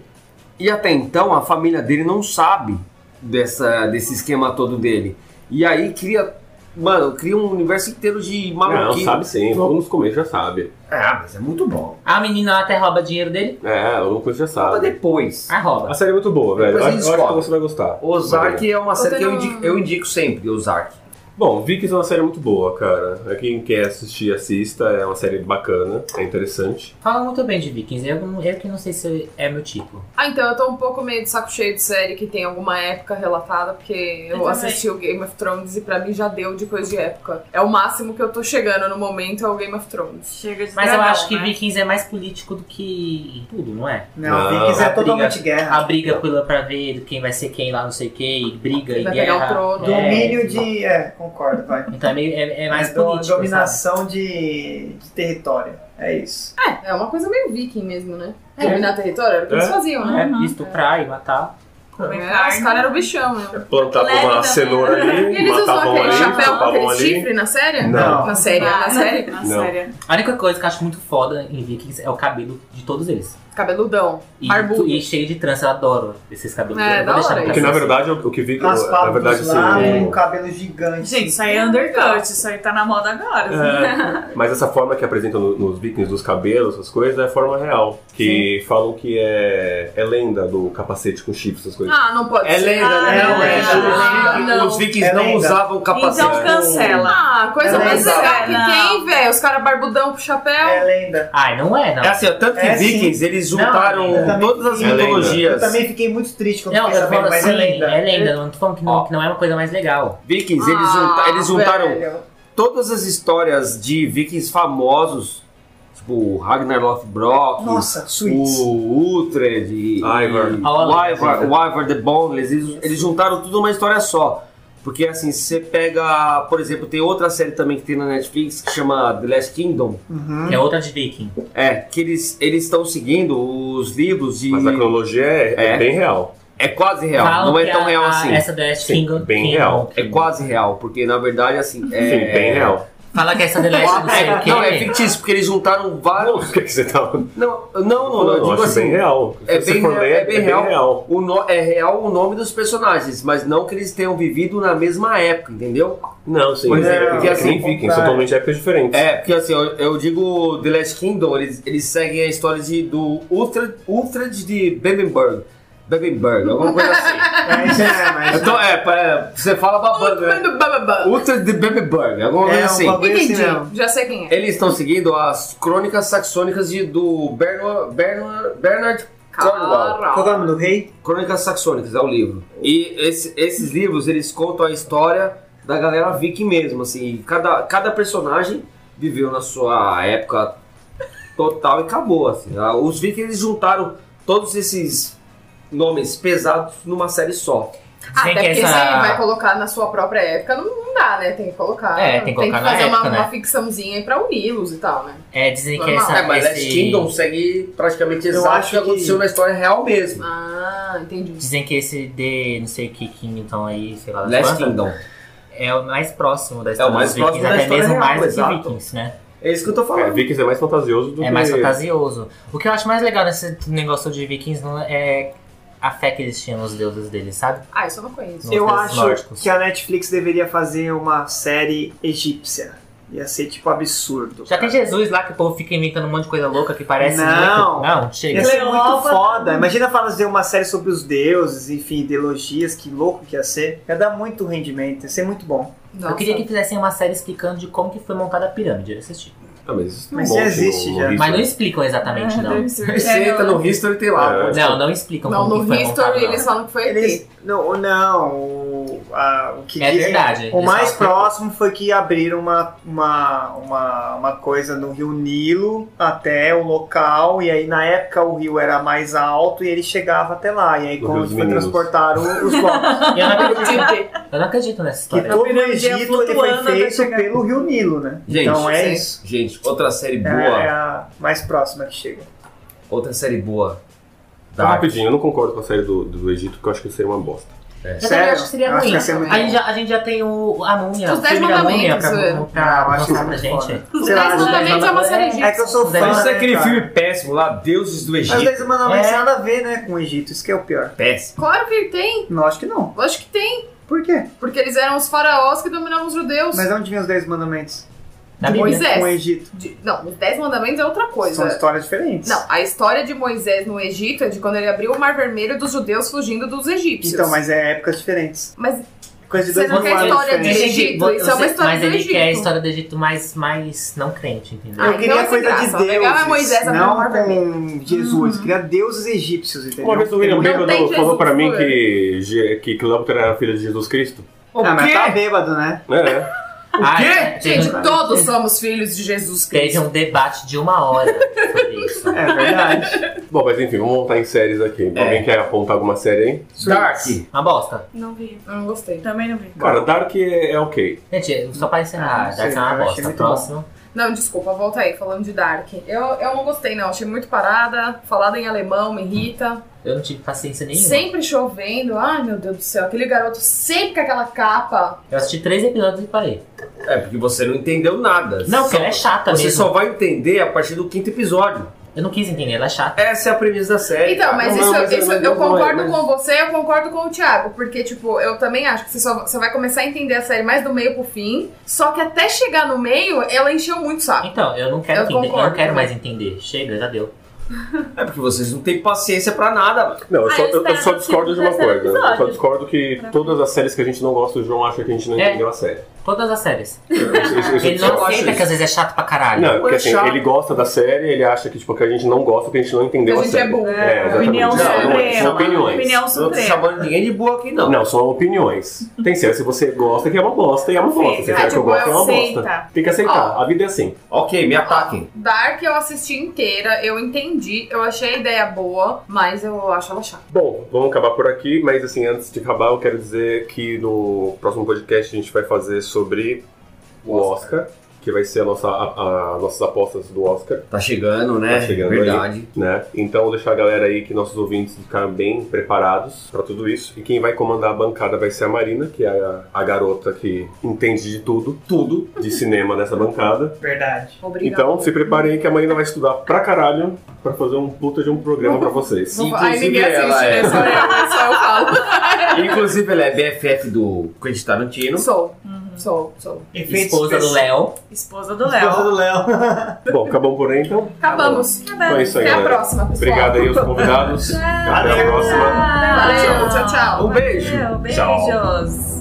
[SPEAKER 5] E até então a família dele não sabe dessa, desse esquema todo dele. E aí cria. Mano, cria um universo inteiro de
[SPEAKER 1] Não,
[SPEAKER 5] tá maluquinho.
[SPEAKER 1] sabe sim, logo nos começos já sabe.
[SPEAKER 5] Ah, mas é muito bom.
[SPEAKER 4] A menina lá até rouba dinheiro dele,
[SPEAKER 1] É, logo no começo já
[SPEAKER 5] Fala
[SPEAKER 1] sabe.
[SPEAKER 5] depois.
[SPEAKER 4] ah,
[SPEAKER 1] A
[SPEAKER 4] rouba.
[SPEAKER 1] série é muito boa, velho. Eu,
[SPEAKER 5] Depois a
[SPEAKER 1] acho-
[SPEAKER 5] gente
[SPEAKER 1] eu acho que
[SPEAKER 5] descobre.
[SPEAKER 1] você vai gostar.
[SPEAKER 5] Ozark é uma série que eu indico, eu indico sempre, Ozark.
[SPEAKER 1] Bom, Vikings é uma série muito boa, cara. Pra Quem quer assistir, assista. É uma série bacana, é interessante.
[SPEAKER 4] Fala muito bem de Vikings, eu, não- eu que não sei se é meu tipo.
[SPEAKER 6] Ah, então eu tô um pouco meio de saco cheio de série que tem alguma época relatada, porque eu,
[SPEAKER 3] também.
[SPEAKER 6] assisti o Game of Thrones e pra mim já deu de coisa de época. É o máximo que eu tô chegando no momento é o Game of Thrones.
[SPEAKER 3] Chega de
[SPEAKER 4] Mas eu
[SPEAKER 3] dragão,
[SPEAKER 4] acho que
[SPEAKER 3] né?
[SPEAKER 4] Vikings é mais político do que tudo, não é?
[SPEAKER 1] Não,
[SPEAKER 7] Não, Vikings é
[SPEAKER 4] a briga-
[SPEAKER 7] totalmente
[SPEAKER 4] A
[SPEAKER 7] guerra.
[SPEAKER 4] briga pela pra ver quem vai ser quem lá, não sei o que, e briga
[SPEAKER 6] Quem
[SPEAKER 4] e
[SPEAKER 6] vai pegar
[SPEAKER 4] guerra.
[SPEAKER 6] o trono.
[SPEAKER 4] É,
[SPEAKER 7] Domínio de. É, concordo, vai.
[SPEAKER 4] Então é, meio, é, é mais
[SPEAKER 7] É do-
[SPEAKER 4] político. sabe?
[SPEAKER 7] Dominação de, de território. É isso.
[SPEAKER 6] É, é uma coisa meio viking mesmo, né? Dominar território era o que eles
[SPEAKER 1] É.
[SPEAKER 6] faziam, né?
[SPEAKER 4] É, estuprar e matar.
[SPEAKER 3] Comer
[SPEAKER 6] É,
[SPEAKER 3] carne.
[SPEAKER 6] os caras eram bichão, né?
[SPEAKER 1] Plantava uma
[SPEAKER 2] Leve
[SPEAKER 1] cenoura
[SPEAKER 6] E
[SPEAKER 1] ali,
[SPEAKER 6] eles usam
[SPEAKER 1] matavam
[SPEAKER 6] aquele
[SPEAKER 1] ali,
[SPEAKER 6] chapéu com
[SPEAKER 1] matavam
[SPEAKER 6] aquele
[SPEAKER 1] ali.
[SPEAKER 6] chifre na série?
[SPEAKER 1] Não.
[SPEAKER 6] Na série, na série.
[SPEAKER 3] Na
[SPEAKER 1] Não.
[SPEAKER 3] série.
[SPEAKER 4] A única coisa que eu acho muito foda em Vikings é o cabelo de todos eles.
[SPEAKER 6] Cabeludão.
[SPEAKER 4] E,
[SPEAKER 6] Barbudo.
[SPEAKER 4] e cheio de trança, eu adoro esses cabelos.
[SPEAKER 6] É,
[SPEAKER 4] eu
[SPEAKER 6] da
[SPEAKER 4] vou deixar
[SPEAKER 6] hora
[SPEAKER 4] pra
[SPEAKER 1] Porque na
[SPEAKER 4] vocês.
[SPEAKER 1] verdade é o que Vikings. Na
[SPEAKER 7] raspado
[SPEAKER 1] verdade, assim,
[SPEAKER 7] dos lados,
[SPEAKER 1] sim.
[SPEAKER 7] um cabelo gigante.
[SPEAKER 3] Gente, isso aí é undercut, isso aí tá na moda agora. assim.
[SPEAKER 1] É, mas essa forma que apresentam no- nos Vikings dos cabelos, essas coisas, é a forma real. Que falam que é, é lenda do capacete com chifre, essas coisas.
[SPEAKER 6] Ah, não pode
[SPEAKER 5] É
[SPEAKER 6] ser.
[SPEAKER 5] lenda,
[SPEAKER 3] Ah,
[SPEAKER 5] né?
[SPEAKER 3] não,
[SPEAKER 5] Os
[SPEAKER 3] é.
[SPEAKER 5] vikings-
[SPEAKER 6] Ah, não.
[SPEAKER 5] Os vikings
[SPEAKER 7] É
[SPEAKER 5] não
[SPEAKER 7] lenda.
[SPEAKER 5] usavam capacete.
[SPEAKER 3] Então cancela.
[SPEAKER 6] Ah, coisa
[SPEAKER 7] É
[SPEAKER 6] mais
[SPEAKER 7] lenda.
[SPEAKER 6] legal que
[SPEAKER 3] Não.
[SPEAKER 6] tem, velho. Os caras barbudão com chapéu.
[SPEAKER 4] um
[SPEAKER 7] É lenda.
[SPEAKER 4] Ai, não é, não.
[SPEAKER 5] É assim, ó, tanto que
[SPEAKER 7] É, sim.
[SPEAKER 5] vikings, eles
[SPEAKER 4] Não,
[SPEAKER 5] juntaram
[SPEAKER 4] é
[SPEAKER 7] lenda.
[SPEAKER 5] todas as
[SPEAKER 1] É lenda.
[SPEAKER 7] Eu
[SPEAKER 5] mitologias.
[SPEAKER 7] também fiquei muito triste quando
[SPEAKER 4] Não,
[SPEAKER 7] fiquei
[SPEAKER 4] eu falo
[SPEAKER 7] sabendo, mas
[SPEAKER 4] assim,
[SPEAKER 7] é lenda.
[SPEAKER 4] não tô falando que não, que não é uma coisa mais legal.
[SPEAKER 5] Vikings, eles,
[SPEAKER 6] Ah,
[SPEAKER 5] junta- eles juntaram
[SPEAKER 6] velho.
[SPEAKER 5] todas as histórias de vikings famosos, tipo o Ragnar Lothbrok,
[SPEAKER 7] Nossa, suítes.
[SPEAKER 5] o Uhtred, e-
[SPEAKER 1] Ivar.
[SPEAKER 5] e-
[SPEAKER 4] A Olaf.
[SPEAKER 5] o Ivar, o Ivar the Boneless, eles, eles juntaram tudo numa história só. Porque assim, se você pega, por exemplo, tem outra série também que tem na Netflix que chama The Last Kingdom,
[SPEAKER 7] Uhum.
[SPEAKER 4] É outra de Viking.
[SPEAKER 5] é, que eles eles estão seguindo os livros de...
[SPEAKER 1] Mas a cronologia é, é
[SPEAKER 5] É.
[SPEAKER 1] bem real.
[SPEAKER 5] É quase real,
[SPEAKER 4] Falam
[SPEAKER 5] não é
[SPEAKER 4] que
[SPEAKER 5] tão
[SPEAKER 4] a-
[SPEAKER 5] real
[SPEAKER 4] a-
[SPEAKER 5] assim.
[SPEAKER 4] Essa The Last
[SPEAKER 1] Sim,
[SPEAKER 4] Kingdom.
[SPEAKER 1] bem
[SPEAKER 4] Kingdom-
[SPEAKER 1] real.
[SPEAKER 5] É quase real, porque na verdade, assim. É...
[SPEAKER 1] Sim, bem real.
[SPEAKER 4] Fala que essa The Last não sei o quê.
[SPEAKER 5] não, é fictício, porque eles juntaram
[SPEAKER 1] Não,
[SPEAKER 5] vários.
[SPEAKER 1] o que que você tá falando?
[SPEAKER 5] Não, não, não,
[SPEAKER 1] Não,
[SPEAKER 5] não, eu
[SPEAKER 1] eu
[SPEAKER 5] digo
[SPEAKER 1] acho
[SPEAKER 5] assim.
[SPEAKER 1] bem real.
[SPEAKER 5] é
[SPEAKER 1] Se
[SPEAKER 5] bem
[SPEAKER 1] for
[SPEAKER 5] real-
[SPEAKER 1] ler,
[SPEAKER 5] é bem real.
[SPEAKER 1] real.
[SPEAKER 5] O no- é real o nome dos personagens, mas não que eles tenham vivido na mesma época, entendeu?
[SPEAKER 1] Não, sim.
[SPEAKER 5] Pois é,
[SPEAKER 1] é,
[SPEAKER 5] porque
[SPEAKER 1] é que
[SPEAKER 5] assim,
[SPEAKER 1] nem Vikings,
[SPEAKER 7] contrário.
[SPEAKER 1] são totalmente épocas diferentes.
[SPEAKER 5] É, porque assim, eu, eu digo The Last Kingdom, eles, eles seguem a história de, do Uhtred, Uhtred de Bebenberg. Bebenberg, alguma coisa assim.
[SPEAKER 7] Mas é, mas
[SPEAKER 5] então, é, é, você fala babando, né?
[SPEAKER 6] Quando bababá.
[SPEAKER 5] Uhtred de Bebenberg, alguma coisa
[SPEAKER 7] É, um
[SPEAKER 5] assim.
[SPEAKER 7] bagulho-
[SPEAKER 6] Entendi.
[SPEAKER 7] Esse mesmo.
[SPEAKER 6] Já sei quem é.
[SPEAKER 5] Eles estão seguindo as crônicas saxônicas de, do Bernard, Bernard, Bernard Cornwell.
[SPEAKER 7] qual que é o nome do rei?
[SPEAKER 5] Crônicas saxônicas é o livro. E esse- esses livros, eles contam a história da galera viking mesmo, assim. Cada, cada personagem viveu na sua época total e acabou, assim. Ah, Os vikings, eles juntaram todos esses nomes pesados numa série só.
[SPEAKER 6] Ah,
[SPEAKER 4] Dizem
[SPEAKER 6] Até
[SPEAKER 4] que é
[SPEAKER 6] porque
[SPEAKER 4] essa-
[SPEAKER 6] você vai colocar na sua própria época, não, não dá, né? Tem que colocar.
[SPEAKER 4] É, tem que colocar na
[SPEAKER 6] fazer uma,
[SPEAKER 4] época, né?
[SPEAKER 6] uma ficçãozinha aí pra uni-los e tal, né?
[SPEAKER 4] É, dizem que
[SPEAKER 6] Normal.
[SPEAKER 4] essa.
[SPEAKER 5] É, mas Last
[SPEAKER 4] esse-
[SPEAKER 5] Kingdom segue praticamente
[SPEAKER 7] Eu
[SPEAKER 5] exato o
[SPEAKER 7] acho
[SPEAKER 5] que aconteceu
[SPEAKER 7] que-
[SPEAKER 5] na história real mesmo.
[SPEAKER 6] Ah, entendi.
[SPEAKER 4] Dizem que esse de não sei que Kingdom aí, sei lá, das
[SPEAKER 5] Last
[SPEAKER 4] quantas,
[SPEAKER 5] Kingdom.
[SPEAKER 4] é o mais próximo da história
[SPEAKER 5] o mais
[SPEAKER 4] dos Vikings,
[SPEAKER 5] próximo da
[SPEAKER 4] até
[SPEAKER 5] história
[SPEAKER 4] mesmo
[SPEAKER 5] real,
[SPEAKER 4] mais do que
[SPEAKER 5] exato.
[SPEAKER 4] Vikings, né?
[SPEAKER 5] É isso que eu tô
[SPEAKER 1] É,
[SPEAKER 5] falando.
[SPEAKER 1] Vikings é mais fantasioso do que...
[SPEAKER 4] É mais fantasioso. O que eu acho mais legal nesse negócio de vikings não é a fé que eles tinham nos deuses deles, sabe?
[SPEAKER 6] Ah, isso eu não conheço.
[SPEAKER 4] Não.
[SPEAKER 7] Eu
[SPEAKER 4] deuses
[SPEAKER 7] acho
[SPEAKER 4] nórdicos.
[SPEAKER 7] que a Netflix deveria fazer uma série egípcia. Ia ser tipo absurdo.
[SPEAKER 4] Já tem
[SPEAKER 7] cara.
[SPEAKER 4] Jesus lá que o povo fica inventando um monte de coisa louca que parece
[SPEAKER 7] Não.
[SPEAKER 4] muito. Não,
[SPEAKER 7] Ia
[SPEAKER 4] chega.
[SPEAKER 7] ser é muito
[SPEAKER 3] Cleópatra.
[SPEAKER 7] foda. Imagina fazer uma série sobre os deuses, enfim, ideologias, que louco que ia ser. Ia dar muito rendimento, ia ser muito bom.
[SPEAKER 6] Nossa.
[SPEAKER 4] Eu queria que fizessem uma série explicando de como que foi montada a pirâmide, eu assisti.
[SPEAKER 1] Ah, mas isso tem um
[SPEAKER 7] Mas
[SPEAKER 1] monte
[SPEAKER 7] já existe,
[SPEAKER 1] no, né?
[SPEAKER 7] já.
[SPEAKER 1] No
[SPEAKER 4] Mas não
[SPEAKER 1] History.
[SPEAKER 4] explicam exatamente,
[SPEAKER 6] É,
[SPEAKER 3] Ah,
[SPEAKER 4] não.
[SPEAKER 3] deve ser.
[SPEAKER 5] Você entra no history tem lá.
[SPEAKER 1] É.
[SPEAKER 5] um monte de
[SPEAKER 4] Não, não explicam
[SPEAKER 6] Não,
[SPEAKER 4] como que
[SPEAKER 6] no
[SPEAKER 4] foi montado,
[SPEAKER 6] History
[SPEAKER 4] não.
[SPEAKER 6] eles falam que foi ET.
[SPEAKER 7] Eles, não, o- não o, a- o que
[SPEAKER 4] É
[SPEAKER 7] dizem-
[SPEAKER 4] verdade.
[SPEAKER 7] O
[SPEAKER 4] eles falam
[SPEAKER 7] mais
[SPEAKER 4] que-
[SPEAKER 7] próximo foi que abriram uma, uma, uma, uma coisa no rio Nilo até o local, e aí na época o rio era mais alto e ele chegava até lá. E aí
[SPEAKER 1] No
[SPEAKER 7] como
[SPEAKER 1] Rio
[SPEAKER 7] eles
[SPEAKER 1] dos
[SPEAKER 7] foi
[SPEAKER 1] Meninos.
[SPEAKER 7] transportar o- os blocos.
[SPEAKER 4] Eu não acredito, eu não acredito nessa
[SPEAKER 7] que
[SPEAKER 4] história.
[SPEAKER 7] todo o
[SPEAKER 3] pirâmide
[SPEAKER 7] Egito
[SPEAKER 3] ia
[SPEAKER 7] ele foi
[SPEAKER 3] flutuando até
[SPEAKER 7] feito
[SPEAKER 3] chegar.
[SPEAKER 7] pelo rio Nilo, né?
[SPEAKER 5] Gente,
[SPEAKER 7] então é
[SPEAKER 6] sim.
[SPEAKER 7] isso.
[SPEAKER 5] Gente, outra série
[SPEAKER 7] É,
[SPEAKER 5] boa.
[SPEAKER 7] a- é a mais próxima que chega.
[SPEAKER 5] Outra série boa.
[SPEAKER 1] Só
[SPEAKER 5] Dark.
[SPEAKER 1] Tá, Rapidinho, eu não concordo com a série do, do Egito, porque eu acho que seria uma bosta.
[SPEAKER 4] Eu também
[SPEAKER 7] Sério?
[SPEAKER 4] acho que seria
[SPEAKER 7] Acho que
[SPEAKER 4] ruim.
[SPEAKER 7] ia ser muito
[SPEAKER 4] a,
[SPEAKER 7] bom.
[SPEAKER 4] gente já, a gente já tem o, a múmia,
[SPEAKER 6] Os
[SPEAKER 4] o
[SPEAKER 6] Dez
[SPEAKER 4] filme da múmia
[SPEAKER 6] Mandamentos,
[SPEAKER 4] pra,
[SPEAKER 6] é.
[SPEAKER 4] pra
[SPEAKER 7] Não, acho
[SPEAKER 4] mostrar
[SPEAKER 7] que
[SPEAKER 4] pra
[SPEAKER 7] isso é
[SPEAKER 4] gente.
[SPEAKER 7] foda.
[SPEAKER 6] Os
[SPEAKER 7] Sei lá,
[SPEAKER 6] Dez
[SPEAKER 7] gente.
[SPEAKER 6] Mandamentos é uma série
[SPEAKER 4] É que
[SPEAKER 7] É que
[SPEAKER 6] egípcia.
[SPEAKER 7] eu sou
[SPEAKER 4] Deve
[SPEAKER 7] fã.
[SPEAKER 4] Ah,
[SPEAKER 5] Isso é
[SPEAKER 7] né,
[SPEAKER 5] aquele
[SPEAKER 7] cara?
[SPEAKER 5] filme péssimo lá, Deuses do
[SPEAKER 7] Mas
[SPEAKER 5] Egito.
[SPEAKER 7] eles mandam não tem
[SPEAKER 4] É.
[SPEAKER 7] nada a ver, né, com o Egito. Isso que é o pior.
[SPEAKER 5] Péssimo.
[SPEAKER 6] Claro que tem.
[SPEAKER 7] Não, acho que não.
[SPEAKER 6] Eu acho que tem.
[SPEAKER 7] Por quê?
[SPEAKER 6] Porque eles eram os faraós que dominavam os judeus.
[SPEAKER 7] Mas onde vem os 10 mandamentos?
[SPEAKER 4] Na Bíblia.
[SPEAKER 6] Moisés.
[SPEAKER 7] Com o Egito.
[SPEAKER 6] De- Não, os Dez Mandamentos é outra
[SPEAKER 7] São
[SPEAKER 6] coisa.
[SPEAKER 7] histórias diferentes.
[SPEAKER 6] Não, a história de Moisés no Egito é de quando ele abriu o Mar Vermelho dos judeus fugindo dos egípcios.
[SPEAKER 7] Então, mas é épocas diferentes.
[SPEAKER 6] Mas
[SPEAKER 7] Coisa de
[SPEAKER 6] Você
[SPEAKER 7] dois
[SPEAKER 6] não
[SPEAKER 7] mil
[SPEAKER 6] quer
[SPEAKER 7] anos
[SPEAKER 6] história
[SPEAKER 7] diferentes.
[SPEAKER 6] de-
[SPEAKER 4] Esse
[SPEAKER 6] Egito,
[SPEAKER 4] aqui, vo-
[SPEAKER 6] isso é uma
[SPEAKER 4] você-
[SPEAKER 6] história
[SPEAKER 4] Mas
[SPEAKER 6] do
[SPEAKER 4] ele
[SPEAKER 6] Egito.
[SPEAKER 4] quer a história do Egito mais, mais não crente, entendeu?
[SPEAKER 6] Ah,
[SPEAKER 7] Eu
[SPEAKER 6] então
[SPEAKER 7] queria
[SPEAKER 6] essa
[SPEAKER 7] coisa
[SPEAKER 6] graça,
[SPEAKER 7] de
[SPEAKER 6] o legal é
[SPEAKER 7] deuses,
[SPEAKER 6] Moisés abrindo o
[SPEAKER 7] não
[SPEAKER 6] Mar
[SPEAKER 7] com Jesus.
[SPEAKER 6] Uhum.
[SPEAKER 7] Queria deuses egípcios, entendeu?
[SPEAKER 1] Uma vez o William
[SPEAKER 6] Não tem
[SPEAKER 1] Bêbado
[SPEAKER 6] Jesus,
[SPEAKER 1] falou pra mim
[SPEAKER 6] foi.
[SPEAKER 1] que, Je- que Cleópatra era a filha de Jesus Cristo.
[SPEAKER 7] Ah, mas
[SPEAKER 5] quê?
[SPEAKER 7] tá bêbado, né?
[SPEAKER 1] É, é.
[SPEAKER 4] Ah,
[SPEAKER 5] quê?
[SPEAKER 4] teve-
[SPEAKER 6] Gente, todos somos filhos de Jesus
[SPEAKER 4] Teve
[SPEAKER 6] Cristo.
[SPEAKER 4] um debate de uma hora sobre isso.
[SPEAKER 7] É verdade.
[SPEAKER 1] Bom, mas enfim, vamos montar em séries aqui.
[SPEAKER 5] É.
[SPEAKER 1] Alguém quer apontar alguma série aí?
[SPEAKER 5] Dark.
[SPEAKER 4] Uma bosta.
[SPEAKER 2] Não vi.
[SPEAKER 6] Eu não gostei.
[SPEAKER 3] Também não vi.
[SPEAKER 1] Cara, Dark é, é ok.
[SPEAKER 4] Gente, só pra encerrar,
[SPEAKER 7] Ah,
[SPEAKER 4] Dark é
[SPEAKER 7] sei,
[SPEAKER 4] uma
[SPEAKER 7] eu achei
[SPEAKER 4] bosta.
[SPEAKER 7] muito
[SPEAKER 4] Próximo.
[SPEAKER 6] Não, desculpa, volta aí, falando de Dark. Eu, eu não gostei, não. Achei muito parada. Falada em alemão me irrita.
[SPEAKER 4] Eu não tive paciência nenhuma.
[SPEAKER 6] Sempre chovendo. Ai, meu Deus do céu. Aquele garoto sempre com aquela capa.
[SPEAKER 4] Eu assisti três episódios e parei.
[SPEAKER 5] É, porque você não entendeu nada.
[SPEAKER 4] Não,
[SPEAKER 5] Só-
[SPEAKER 4] porque ela é chata
[SPEAKER 5] Você
[SPEAKER 4] mesmo.
[SPEAKER 5] só vai entender a partir do quinto episódio.
[SPEAKER 4] Eu não quis entender, ela é chata.
[SPEAKER 5] Essa é a premissa da série.
[SPEAKER 6] Então,
[SPEAKER 5] cara.
[SPEAKER 6] mas
[SPEAKER 5] Não,
[SPEAKER 6] isso,
[SPEAKER 5] mas
[SPEAKER 6] isso-
[SPEAKER 5] mas
[SPEAKER 6] eu
[SPEAKER 5] não é,
[SPEAKER 6] concordo
[SPEAKER 5] mas-
[SPEAKER 6] com você, eu concordo com o Thiago. Porque, tipo, eu também acho que você, só, você vai começar a entender a série mais do meio pro fim. Só que até chegar no meio, ela encheu muito o saco.
[SPEAKER 4] Então, eu não quero
[SPEAKER 6] Eu
[SPEAKER 4] entender, eu
[SPEAKER 6] concordo
[SPEAKER 4] não quero
[SPEAKER 6] também.
[SPEAKER 4] mais entender. Chega, já deu.
[SPEAKER 5] É porque vocês não têm paciência pra nada. mano.
[SPEAKER 1] Não, eu
[SPEAKER 2] Ah,
[SPEAKER 1] só,
[SPEAKER 2] eu
[SPEAKER 1] eu- eu
[SPEAKER 2] espero
[SPEAKER 1] só
[SPEAKER 2] que
[SPEAKER 1] discordo de
[SPEAKER 2] no
[SPEAKER 1] uma
[SPEAKER 2] terceiro
[SPEAKER 1] coisa. Eu só
[SPEAKER 2] episódio.
[SPEAKER 1] discordo que todas as séries que a gente não gosta, o João acha que a gente não
[SPEAKER 4] É.
[SPEAKER 1] entendeu a série.
[SPEAKER 4] Todas as séries.
[SPEAKER 1] Eu- eu- eu- eu-
[SPEAKER 4] Ele
[SPEAKER 5] eu
[SPEAKER 4] não
[SPEAKER 5] acho
[SPEAKER 4] aceita
[SPEAKER 5] isso.
[SPEAKER 4] que às vezes é chato pra caralho.
[SPEAKER 1] Não, porque assim,
[SPEAKER 5] chato.
[SPEAKER 1] ele gosta da série, ele acha que, tipo, que a gente não gosta, que a gente não
[SPEAKER 6] Porque
[SPEAKER 1] entendeu
[SPEAKER 6] a
[SPEAKER 1] a,
[SPEAKER 6] gente é
[SPEAKER 1] série.
[SPEAKER 6] burro.
[SPEAKER 1] É, exatamente.
[SPEAKER 3] Opinião
[SPEAKER 1] Não, não é.
[SPEAKER 3] suprema.
[SPEAKER 1] São opiniões.
[SPEAKER 3] Opinião
[SPEAKER 5] Não tô
[SPEAKER 3] suprema.
[SPEAKER 5] chamando ninguém de boa aqui, não.
[SPEAKER 1] Não, são opiniões. Tem séries que você gosta que é uma bosta e é uma bosta. Se
[SPEAKER 3] Perfeito.
[SPEAKER 1] você acha que eu
[SPEAKER 6] Ah,
[SPEAKER 1] gosto,
[SPEAKER 6] tipo,
[SPEAKER 1] é uma bosta.
[SPEAKER 3] aceita.
[SPEAKER 1] Tem que aceitar. A vida é assim.
[SPEAKER 5] Ok, me ataquem.
[SPEAKER 6] Dark eu assisti inteira, eu entendi, eu achei a ideia boa, mas eu acho ela chata.
[SPEAKER 1] Bom, vamos acabar por aqui, mas assim, antes de acabar, eu quero dizer que no próximo podcast a gente vai fazer sobre o Oscar, que vai ser a nossa, a- a- nossas apostas do Oscar,
[SPEAKER 5] Tá chegando, né?
[SPEAKER 1] Tá chegando
[SPEAKER 5] Verdade.
[SPEAKER 1] né? Então vou deixar a galera aí que nossos ouvintes ficaram bem preparados pra tudo isso. E quem vai comandar a bancada vai ser a Marina, que é a, a garota que entende de tudo, tudo de cinema nessa bancada.
[SPEAKER 7] Verdade.
[SPEAKER 6] Obrigada.
[SPEAKER 1] Então se preparem aí que a Marina vai estudar pra caralho pra fazer um puta de um programa pra vocês.
[SPEAKER 6] Não- Ai, ninguém
[SPEAKER 5] Inclusive, ela
[SPEAKER 6] assiste,
[SPEAKER 5] é.
[SPEAKER 6] né? Só eu, só eu falo.
[SPEAKER 5] Inclusive, ela é BFF do Quentin Tarantino.
[SPEAKER 6] Sou, sou, sou.
[SPEAKER 4] Esposa do Léo.
[SPEAKER 3] Esposa do
[SPEAKER 7] Esposa
[SPEAKER 3] Léo.
[SPEAKER 7] do Léo.
[SPEAKER 1] Bom, acabamos por aí então.
[SPEAKER 6] Acabamos.
[SPEAKER 1] Então é isso aí,
[SPEAKER 6] Até a
[SPEAKER 1] galera.
[SPEAKER 6] próxima, pessoal.
[SPEAKER 1] Obrigado aí aos convidados. Até a
[SPEAKER 7] Valeu.
[SPEAKER 1] próxima.
[SPEAKER 6] Valeu, tchau, tchau.
[SPEAKER 5] Um beijo.
[SPEAKER 3] Valeu, Beijos.